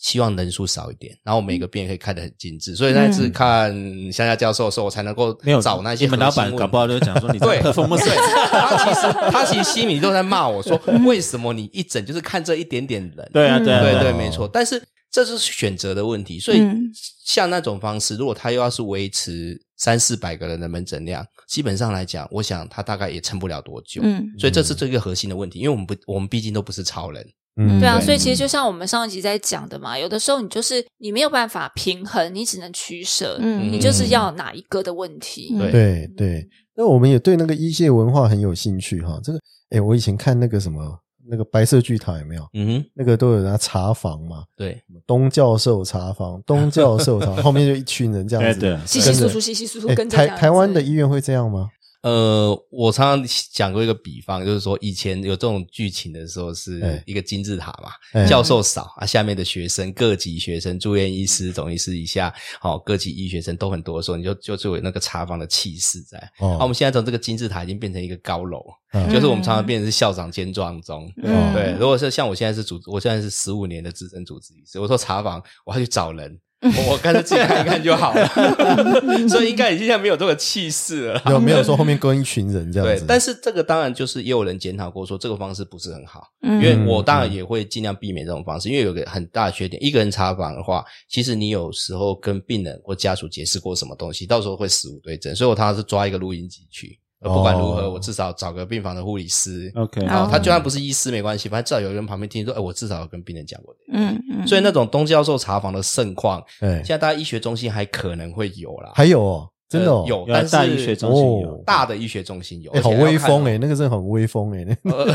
E: 希望人数少一点，然后每个病人可以看得很精致，所以那
C: 嗯
E: 次看乡下教授的时候，我才能够
B: 没有
E: 找那些
B: 你们老板
E: 核心问题
B: 搞不好就讲说你
E: 对
B: 这破风不水
E: 对，他其实 他其实心里都在骂 我说，为什么你一整就是看这一点点人？
B: 对啊，
C: 嗯
B: 对啊，
E: 对
B: 啊
E: 对，没错。但是这就是选择的问题，所以
C: 嗯
E: 像那种方式，如果他又要是维持三四百个人的门诊量，基本上来讲，我想他大概也撑不了多久。
C: 嗯
E: 所以这是这个核心的问题，因为我们不，我们毕竟都不是超人。
A: 嗯，
D: 对啊，
C: 对
D: 所以其实就像我们上一集在讲的嘛，有的时候你就是你没有办法平衡，你只能取舍，
C: 嗯
D: 你就是要哪一个的问题。
C: 嗯
A: 对对，那我们也对那个医界文化很有兴趣哈。这个，哎，我以前看那个什么那个白色巨塔有没有？
E: 嗯哼，
A: 那个都有人家查房嘛，
E: 对，
A: 东教授查房，东教授查，后面就一群人这样子，
B: 哎对
D: 稀稀疏
A: 跟
D: 疏，
A: 着
D: 稀稀疏疏
A: 哎，
D: 跟着这
A: 台
D: 样子
A: 台湾的医院会这样吗？
E: 呃，我常常讲过一个比方，就是说以前有这种剧情的时候，
A: 哎
E: 是一个金字塔嘛，
A: 哎
E: 教授少啊，下面的学生各级学生、住院医师、总医师以下，好、各级医学生都很多的时候，你就就是有那个查房的气势在。啊，我
A: 哦
E: 们现在从这个金字塔已经变成一个高楼，
A: 嗯
E: 就是我们常常变成是校长兼壮中。
A: 哦
C: 嗯，
E: 对，如果是像我现在是主，我现在是十五年的资深主治医师，我说查房，我要去找人，我我干脆自己看一看就好了， 所以应该已经现在没有这个气势了。
A: 没有没有说后面跟一群人这样
E: 对
A: 子，，
E: 但
A: 是
E: 是这个当然就是也有人检讨过，说这个方式不是很好，
C: 因
E: 因为
A: 嗯
E: 我当然也会尽量避免这种方式，因为有个很大的缺点，一个人查房的话，其实你有时候跟病人或家属解释过什么东西，到时候会死无对证，所以我常常是抓一个录音机去，而不管如何，
A: 哦
E: 我至少找个病房的护理师。
B: OK，
C: 哦
E: 啊，他就算不是医师没关系，反正至少有人旁边听
A: 嗯
E: 说，哎，我至少有跟病人讲过的。
C: 嗯嗯，
E: 所以那种东教授查房的盛况，
A: 哎
E: 现，在大家医学中心还可能会有啦，
A: 还有哦，真的
E: 呃
A: 哦，
B: 有
E: 有，
B: 啊
E: 但是
B: 大医学中心有
A: 哦
E: 大的医学中心有，
A: 哎，
E: 而且
A: 好
E: 还要
A: 威
E: 看
A: 风
E: 哦
A: 哎，那个真的很威风哎，那
E: 呃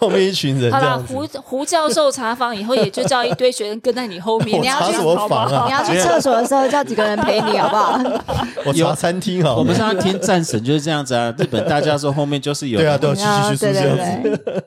A: 后面一群人
D: 好
A: 这
D: 啦，
A: 样子，
D: 胡胡教授查房以后，也就叫一堆学生跟在你 后面，
A: 我
D: 你要
A: 查
D: 去
A: 什么
D: 好不
A: 房
D: 好
A: 啊
C: 你要去厕所的时候叫几个人陪你，好不好？
A: 我查餐厅好了，
B: 我们上次听战神就是这样子啊，日本大家说后面就是有
A: 对啊对啊，
D: 嗯
C: 然后
A: 去去去
C: 对
A: 去这
C: 对
A: 样子，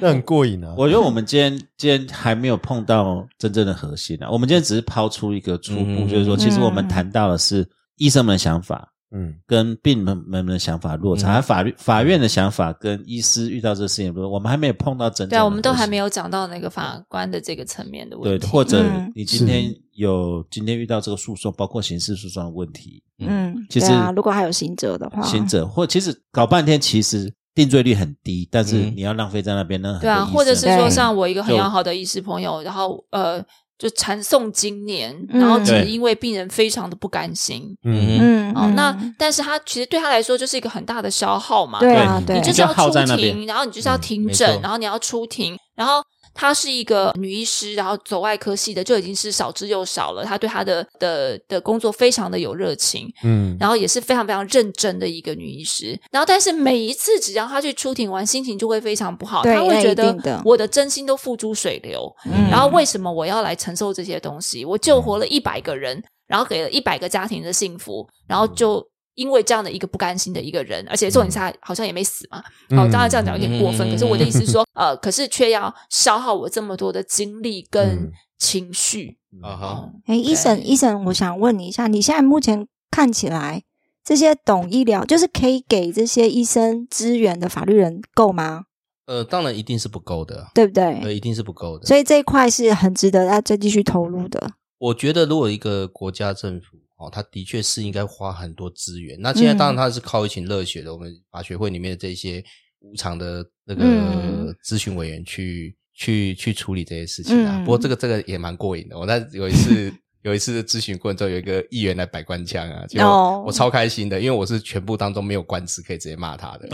A: 那很过瘾啊。
B: 我觉得我们今天今天还没有碰到真正的核心啊，我们今天只是抛出一个初步，
E: 嗯
B: 就是说，其实我们谈到的是医生们的想法
A: 嗯，
B: 跟病人们的想法落差，
E: 嗯
B: 还有法律法院的想法跟医师遇到这个事情，不是我们还没有碰到真正的核
D: 对啊，
B: 心，
D: 我们都还没有讲到那个法官的这个层面的问
B: 对，
D: 题，
B: 或者
C: 嗯
B: 你今天有今天遇到这个诉讼，包括刑事诉讼的问题，
C: 嗯，
B: 其实
C: 对啊，如果还有行者
D: 啊
C: 的话，
B: 行者或其实搞半天，其实定罪率很低，但是
E: 嗯
B: 你要浪费在那边，那很
D: 对啊，
B: 多医生
D: 或者是说
C: 对
D: 像我一个很
B: 就
D: 要好的医师朋友，然后呃。就缠讼今年，
C: 嗯
D: 然后只
B: 对
D: 因为病人非常的不甘心，
A: 嗯
C: 嗯，
D: 哦，
C: 嗯
D: 那但是他其实对他来说就是一个很大的消耗嘛，
C: 对啊，
B: 对
C: 对
D: 你，就是
B: 就
D: 要
B: 耗
D: 出
B: 在那边
D: 庭，然后你就是要庭
E: 没
D: 诊，
E: 错
D: 然后你要出庭，然后她是一个女医师，然后走外科系的，就已经是少之又少了。她对她的的的工作非常的有热情，
A: 嗯，
D: 然后也是非常非常认真的一个女医师。然后，但是每一次只要她去出庭完，心情就会非常不好，
C: 对
D: 她会
C: 那
D: 觉
C: 一
D: 得
C: 定的
D: 我的真心都付诸水流，
C: 嗯
D: 然后为什么我要来承受这些东西？我救活了一百个人，然后给了一百个家庭的幸福，然后就因为这样的一个不甘心的一个人，而且重点是他好像也没死嘛。
A: 嗯
D: 哦，当然这样讲有点过分，
E: 嗯
D: 可是我的意思是说，呃，可是却要消耗我这么多的精力
A: 嗯
D: 跟情绪。哦
E: 啊哈，
C: 哎，医生，医生，我想问你一下，你现在目前看起来这些懂医疗，就是可以给这些医生资源的法律人够吗？
E: 呃，当然一定是不够的，
C: 对不
E: 呃，
C: 对？
E: 一定是不够的。
C: 所以这一块是很值得要再继续投入的。
E: 我觉得，如果一个国家政府哦，它的确是应该花很多资源。那
C: 嗯
E: 现在当然它是靠一群热血的，我们法学会里面的这些无偿的那个
C: 嗯
E: 咨询委员去、去去处理这些事情啊。
C: 嗯
E: 不过这个这个也蛮过瘾的。我那有 一次有一次咨询过程中，有一个议员来摆官腔啊，就
C: 哦
E: 我超开心的，因为我是全部当中没有官职可以直接骂他的。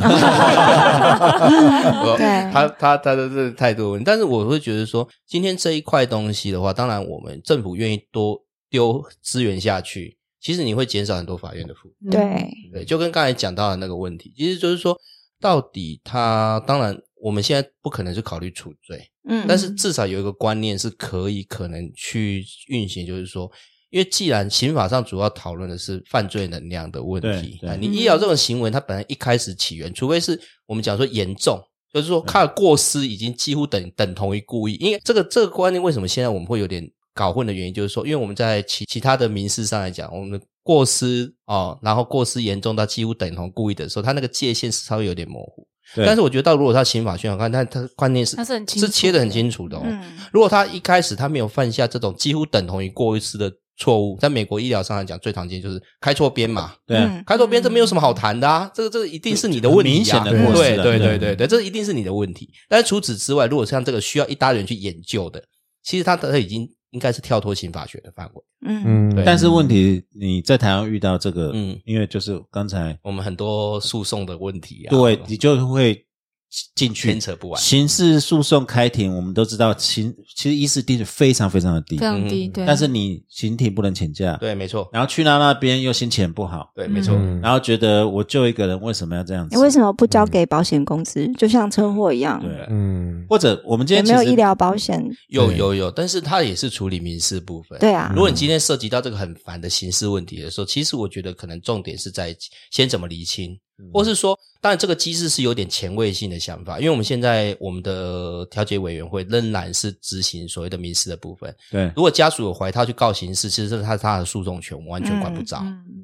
E: 我
C: 对
E: 哦他他他的这态度的问题，但是我会觉得说，今天这一块东西的话，当然我们政府愿意多丢资源下去，其实你会减少很多法院的负担。
C: 对，
E: 对，就跟刚才讲到的那个问题，其实就是说，到底他当然我们现在不可能是考虑处罪，
C: 嗯，
E: 但是至少有一个观念是可以可能去运行，就是说。因为既然刑法上主要讨论的是犯罪能量的问题，
B: 对对
E: 啊你医疗这种行为，它本来一开始起源，除非是我们讲说严重，就是说他的过失已经几乎等等同于故意。因为这个这个观念，为什么现在我们会有点搞混的原因，就是说，因为我们在其其他的民事上来讲，我们的过失哦，然后过失严重到几乎等同故意的时候，它那个界限是稍微有点模糊。
B: 对
E: 但是我觉得，到如果他刑法宣看，但他观念是
D: 它是很清
E: 是
D: 楚的
E: 切的很清楚的哦。
C: 嗯
E: 如果他一开始他没有犯下这种几乎等同于过失的错误，在美国医疗上来讲，最常见就是开错边嘛。
B: 对啊，
D: 嗯
E: 开错边这没有什么好谈的
B: 嗯
E: 啊，这个这个一定是你的问题、啊，
B: 很明显的
A: 过
E: 对
B: 失了嗯
E: 对对
B: 对
E: 对对，这一定是你的问题。但是除此之外，如果像这个需要一大堆人去研究的，其实他他已经应该是跳脱刑法学的范围。
C: 嗯
A: 嗯，
E: 对
B: 但是问题你在台湾遇到这个，
E: 嗯
B: 因为就是刚才
E: 我们很多诉讼的问题啊，
B: 对，你就会进去
E: 牵扯不完。
B: 刑事诉讼开庭，我们都知道刑其实一四低是非常非常的低
D: 非，常低，
E: 嗯
D: 对。啊
B: 但是你刑庭不能请假，，
E: 对，没错，
B: 然后去到那边又心情不好，
E: 对，没错，
A: 嗯
B: 然后觉得我就一个人为什么要这样
C: 你
B: 子？
C: 为什么不交给保险公司？就像车祸一样，
B: 嗯对，
A: 嗯
B: 或者我们今
C: 也
B: 天
C: 没有
B: 其实
C: 医疗保险。
E: 有
A: 对
E: 有有，但是它也是处理民事部分。
C: 对啊
E: 如，果你今天涉及到这个很烦的刑事问题的时候，其实我觉得可能重点是在先怎么厘清，
B: 嗯
E: 或是说，当然这个机制是有点前卫性的想法，因为我们现在我们的调解委员会仍然是执行所谓的民事的部分。
B: 对
E: 如果家属有怀他去告刑事，其实是他他的诉讼权，我们完全管不着。
D: 嗯嗯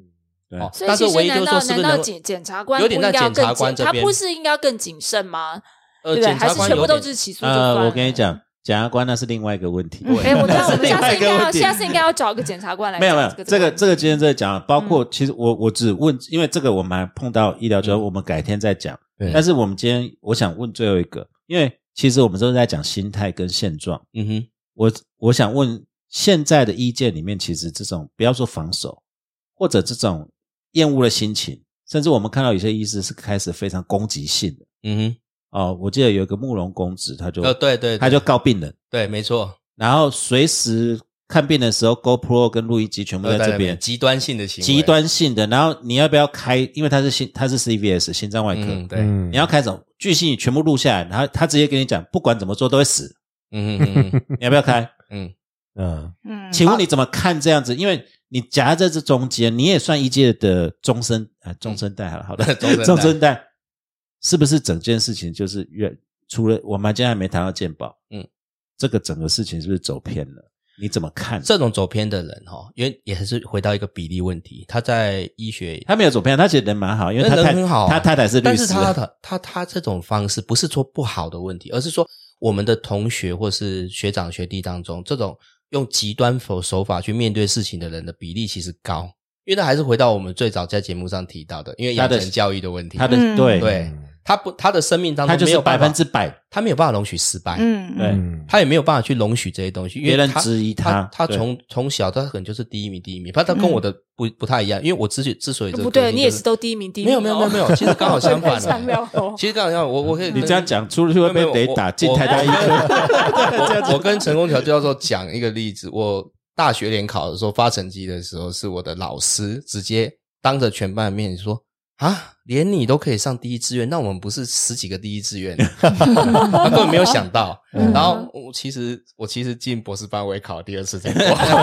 B: 对
E: 哦，
D: 所以
E: 但是
D: 其实
E: 唯一就
D: 难
E: 是
D: 道
E: 说，是不
D: 难
E: 是
D: 道
E: 能
D: 检检察官
E: 有
D: 不
E: 点
D: 应
E: 在
D: 该要
E: 检察
D: 更
E: 官
D: 谨，
E: 这
D: 他
E: 边
D: 不是应该要更谨慎吗？
E: 呃，
D: 对不对？
E: 检
D: 还
E: 察
D: 是
E: 官
D: 全
E: 有
D: 部都
E: 点
D: 是起诉就算了
B: 呃，我跟你讲，，检察官那是另外一个问题。
C: 对
D: 哎， 我知道，我
B: 那 是
D: 们下次
B: 另外一
D: 应该
B: 个
D: 要
B: 问题
D: 下次应该要找一个检察官来
B: 没有没
D: 讲
B: 有，这个这
D: 个嗯
B: 个今天在讲，包括其实我我只问，因为这个我们还碰到医疗纠纷，我们改天再讲。
A: 对
B: 但是我们今天我想问最后一个，因为其实我们都是在讲心态跟现状。
E: 嗯哼，
B: 我我想问，现在的意见里面，其实这种不要说防守，或者这种厌恶的心情，甚至我们看到有些医师是开始非常攻击性的。
E: 嗯
B: 哦，我记得有一个慕容公子，他就
E: 哼，呃，对对，
B: 他就告病人。
E: 对，没错，
B: 然后随时看病的时候，GoPro 跟录音机全部在
E: 都在
B: 这
E: 那
B: 边
E: 边，极端性的行为
B: 极端性的。然后你要不要开？因为他是心，他是 CVS 心脏外科，
E: 嗯，对，嗯
A: 嗯，
B: 你要开什么？巨星你全部录下来，然后他直接跟你讲，不管怎么做都会 死，
E: 嗯嗯 嗯
B: 你要不要开？
E: 嗯，
A: 嗯
C: 嗯，
B: 请问你怎么看这样子？因为你夹在这中间，你也算一届的终身啊，终身代好了，好了，
E: 嗯 终身代
B: 终身代是不是整件事情就是越除了我们今天还没谈到健保，嗯
E: 嗯，
B: 这个整个事情是不是走偏了？你怎么看？
E: 这种走偏的人哈，因为也还是回到一个比例问题，他在医学
B: 他没有走偏，他其实人蛮好，因为他
E: 人
B: 太
E: 很好啊
B: 他太太是律
E: 但
B: 师，
E: 是他的他他这种方式不是说不好的问题，而是说我们的同学或是学长学弟当中，这种用极端手手法去面对事情的人的比例其实高，因为那还是回到我们最早在节目上提到的，因为
B: 他
E: 养
B: 的
E: 成教育的问题，
B: 他的
C: 嗯
B: 对
E: 对他不他的生命当
B: 他
E: 中
B: 就
E: 没
B: 是
E: 有
B: 百
E: 办法
B: 分之百，
E: 他没有办法容许失败，
C: 嗯，
B: 对
A: 嗯
E: 他也没有办法去容许这些东西，因为
B: 别人
E: 他
B: 质疑
E: 他
B: 他，
E: 他
B: 啊对
E: 从从小他可能就是第一名，第一名，反正他跟我的不不太一样，因为我之之所以这个
D: 嗯不对，
E: 个性
D: 你
E: 就
D: 也是都第一名，第一
E: 没有
D: 名哦
E: 没有没有没有，其实刚好相 反
D: 我想
E: 了
D: 要哦。
E: 其实刚好相反，我我可以
B: 你这样讲出去会被雷打，进台大医 科，
E: 科。 我跟陈功桥教授讲一个例子，我大学联考的时候发成绩的时候，是我的老师直接当着全班的面说。啊，连你都可以上第一志愿，那我们不是十几个第一志愿？ 他根本没有想到。
A: 嗯
E: 然后我其实我其实进博士班我也考了第二次 才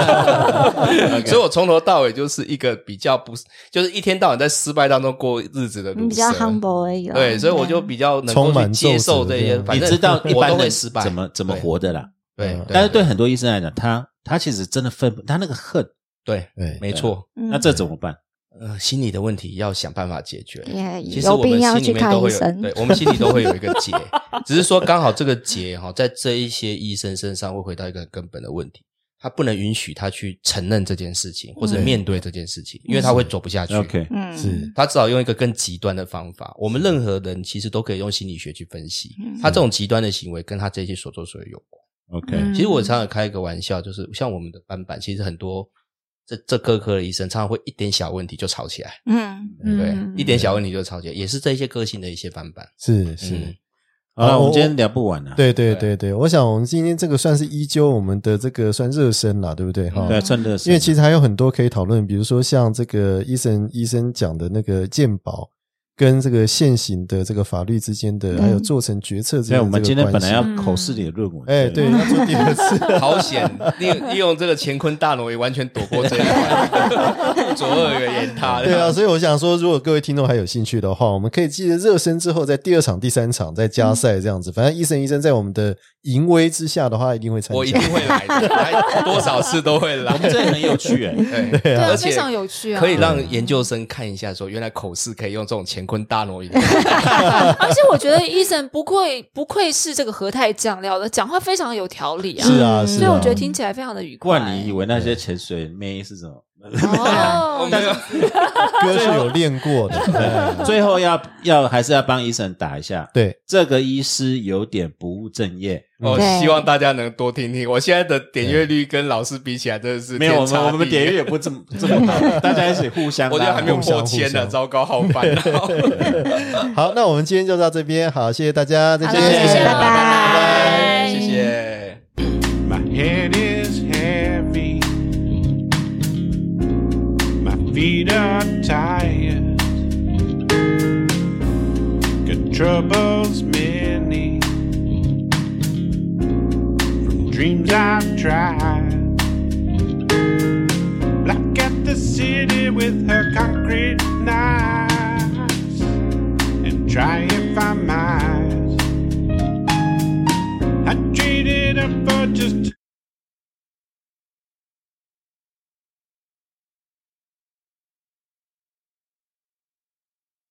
E: 过，所以我从头到尾就是一个比较不，就是一天到晚在失败当中过日子的
C: 你
E: 毒
C: 比较
E: 蛇
C: humble 而已啦。啊
E: 对，所以我就比较能够
A: 充
E: 去
A: 满
E: 接
A: 皱
E: 受
A: 褶
E: 这
A: 这
E: 些，
A: 样
E: 反
B: 你
E: 正
B: 知道一
E: 我
B: 般
E: 都会
B: 人
E: 失败，
B: 怎么怎么
E: 对
B: 活的啦。
E: 对，
A: 嗯
B: 但是对
E: 对
B: 很多医生来讲，他他其实真的分不，他那个恨，
E: 对，
A: 对，
E: 没错，
C: 嗯
B: 那这怎么办？
E: 呃，心理的问题要想办法解决。
C: 也
E: 其实我
C: 有
E: 们
C: 病要
E: 心里
C: 去
E: 面
C: 看
E: 都
C: 医
E: 会有，
C: 生。
E: 对我们心里都会有一个 结，只是说刚好这个结哈，在这一些医生身上会回到一个很根本的问题，他不能允许他去承认这件事情，或者
C: 嗯
E: 面对这件事情，因为他会走不下去。
B: OK，
C: 嗯，
A: 是
E: 他只好用一个更极端的方法。我们任何人其实都可以用心理学去分析，
C: 嗯
E: 他这种极端的行为跟他这些所作所为有关。
B: OK，
C: 嗯
E: 其实我常常开一个玩笑，就是像我们的班板，其实很多这这各科的医生，常常会一点小问题就吵起来，
C: 嗯
E: 对，
D: 嗯
E: 一点小问题就吵起来，也是这一些个性的一些翻版。
A: 是是
E: 嗯，
B: 好了，
A: 好
B: 我们今天聊不完啊了，
A: 对对对
E: 对
A: 对，我想我们今天这个算是依旧我们的这个算热身啦，对不对哈？
C: 嗯
B: 对，哦趁热身，
A: 因为其实还有很多可以讨论，比如说像这个医生医生讲的那个鉴保。跟这个现行的这个法律之间的，
C: 嗯
A: 还有做成决策之
B: 所
A: 间
B: 以
A: 的
B: 我们
A: 这
B: 今
A: 个
B: 天
A: 关
B: 本
A: 系
B: 来要口试你的论
E: 嗯
B: 文，
A: 哎，对，要做第 二次，
E: 好险，利利用这个乾坤大挪移，完全躲过这一关，左耳言他。
A: 对啊，，所以我想说，如果各位听众还有兴趣的话，我们可以记得热身之后，在第二场、第三场再
C: 嗯
A: 加赛这样子。反正医生医生在我们的淫威之下的话，一定会参
E: 我一定
A: 加。
E: 会来的，来多少次都会来。
B: 这很有 趣哎。
E: 对，
D: 对啊，
E: 而且
D: 非常有趣啊，
E: 可以让研究生看一下，说原来口试可以用这种乾坤大挪移的方法。
D: 而且我觉得医生不愧不愧是这个和泰酱料的，讲话非常有条理 啊。
A: 是啊，
C: 嗯
A: 是啊。
D: 所以我觉得听起来非常的愉
B: 不
D: 快。
B: 然你以为那些潜水妹是什么？
D: 哦，
F: 但是
A: 哥是有练过的， 哎
B: 最后要要还是要帮医生打一下，
A: 对，
B: 这个医师有点不务正业。
E: 我
C: 对
E: 哦希望大家能多听听。我现在的点阅率跟老师比起来，真的是
B: 没有，我
E: 天差
B: 们我们
E: 地
B: 点阅也不这么这么高，大家一起互相拉。
E: 我觉得还没有
A: 互相
E: 破千
A: 互
E: 呢，
A: 相
E: 糟糕，好烦啊恼。
A: 好，那我们今天就到这边，好，谢谢大家，再
D: 好
A: 见，
D: 的 谢谢，
C: 拜拜
D: 拜
E: 谢谢。
G: My head is heavy. My feet are tired. Got troubles many. From dreams I've tried. Black at the city with her concrete knives. And try if I might.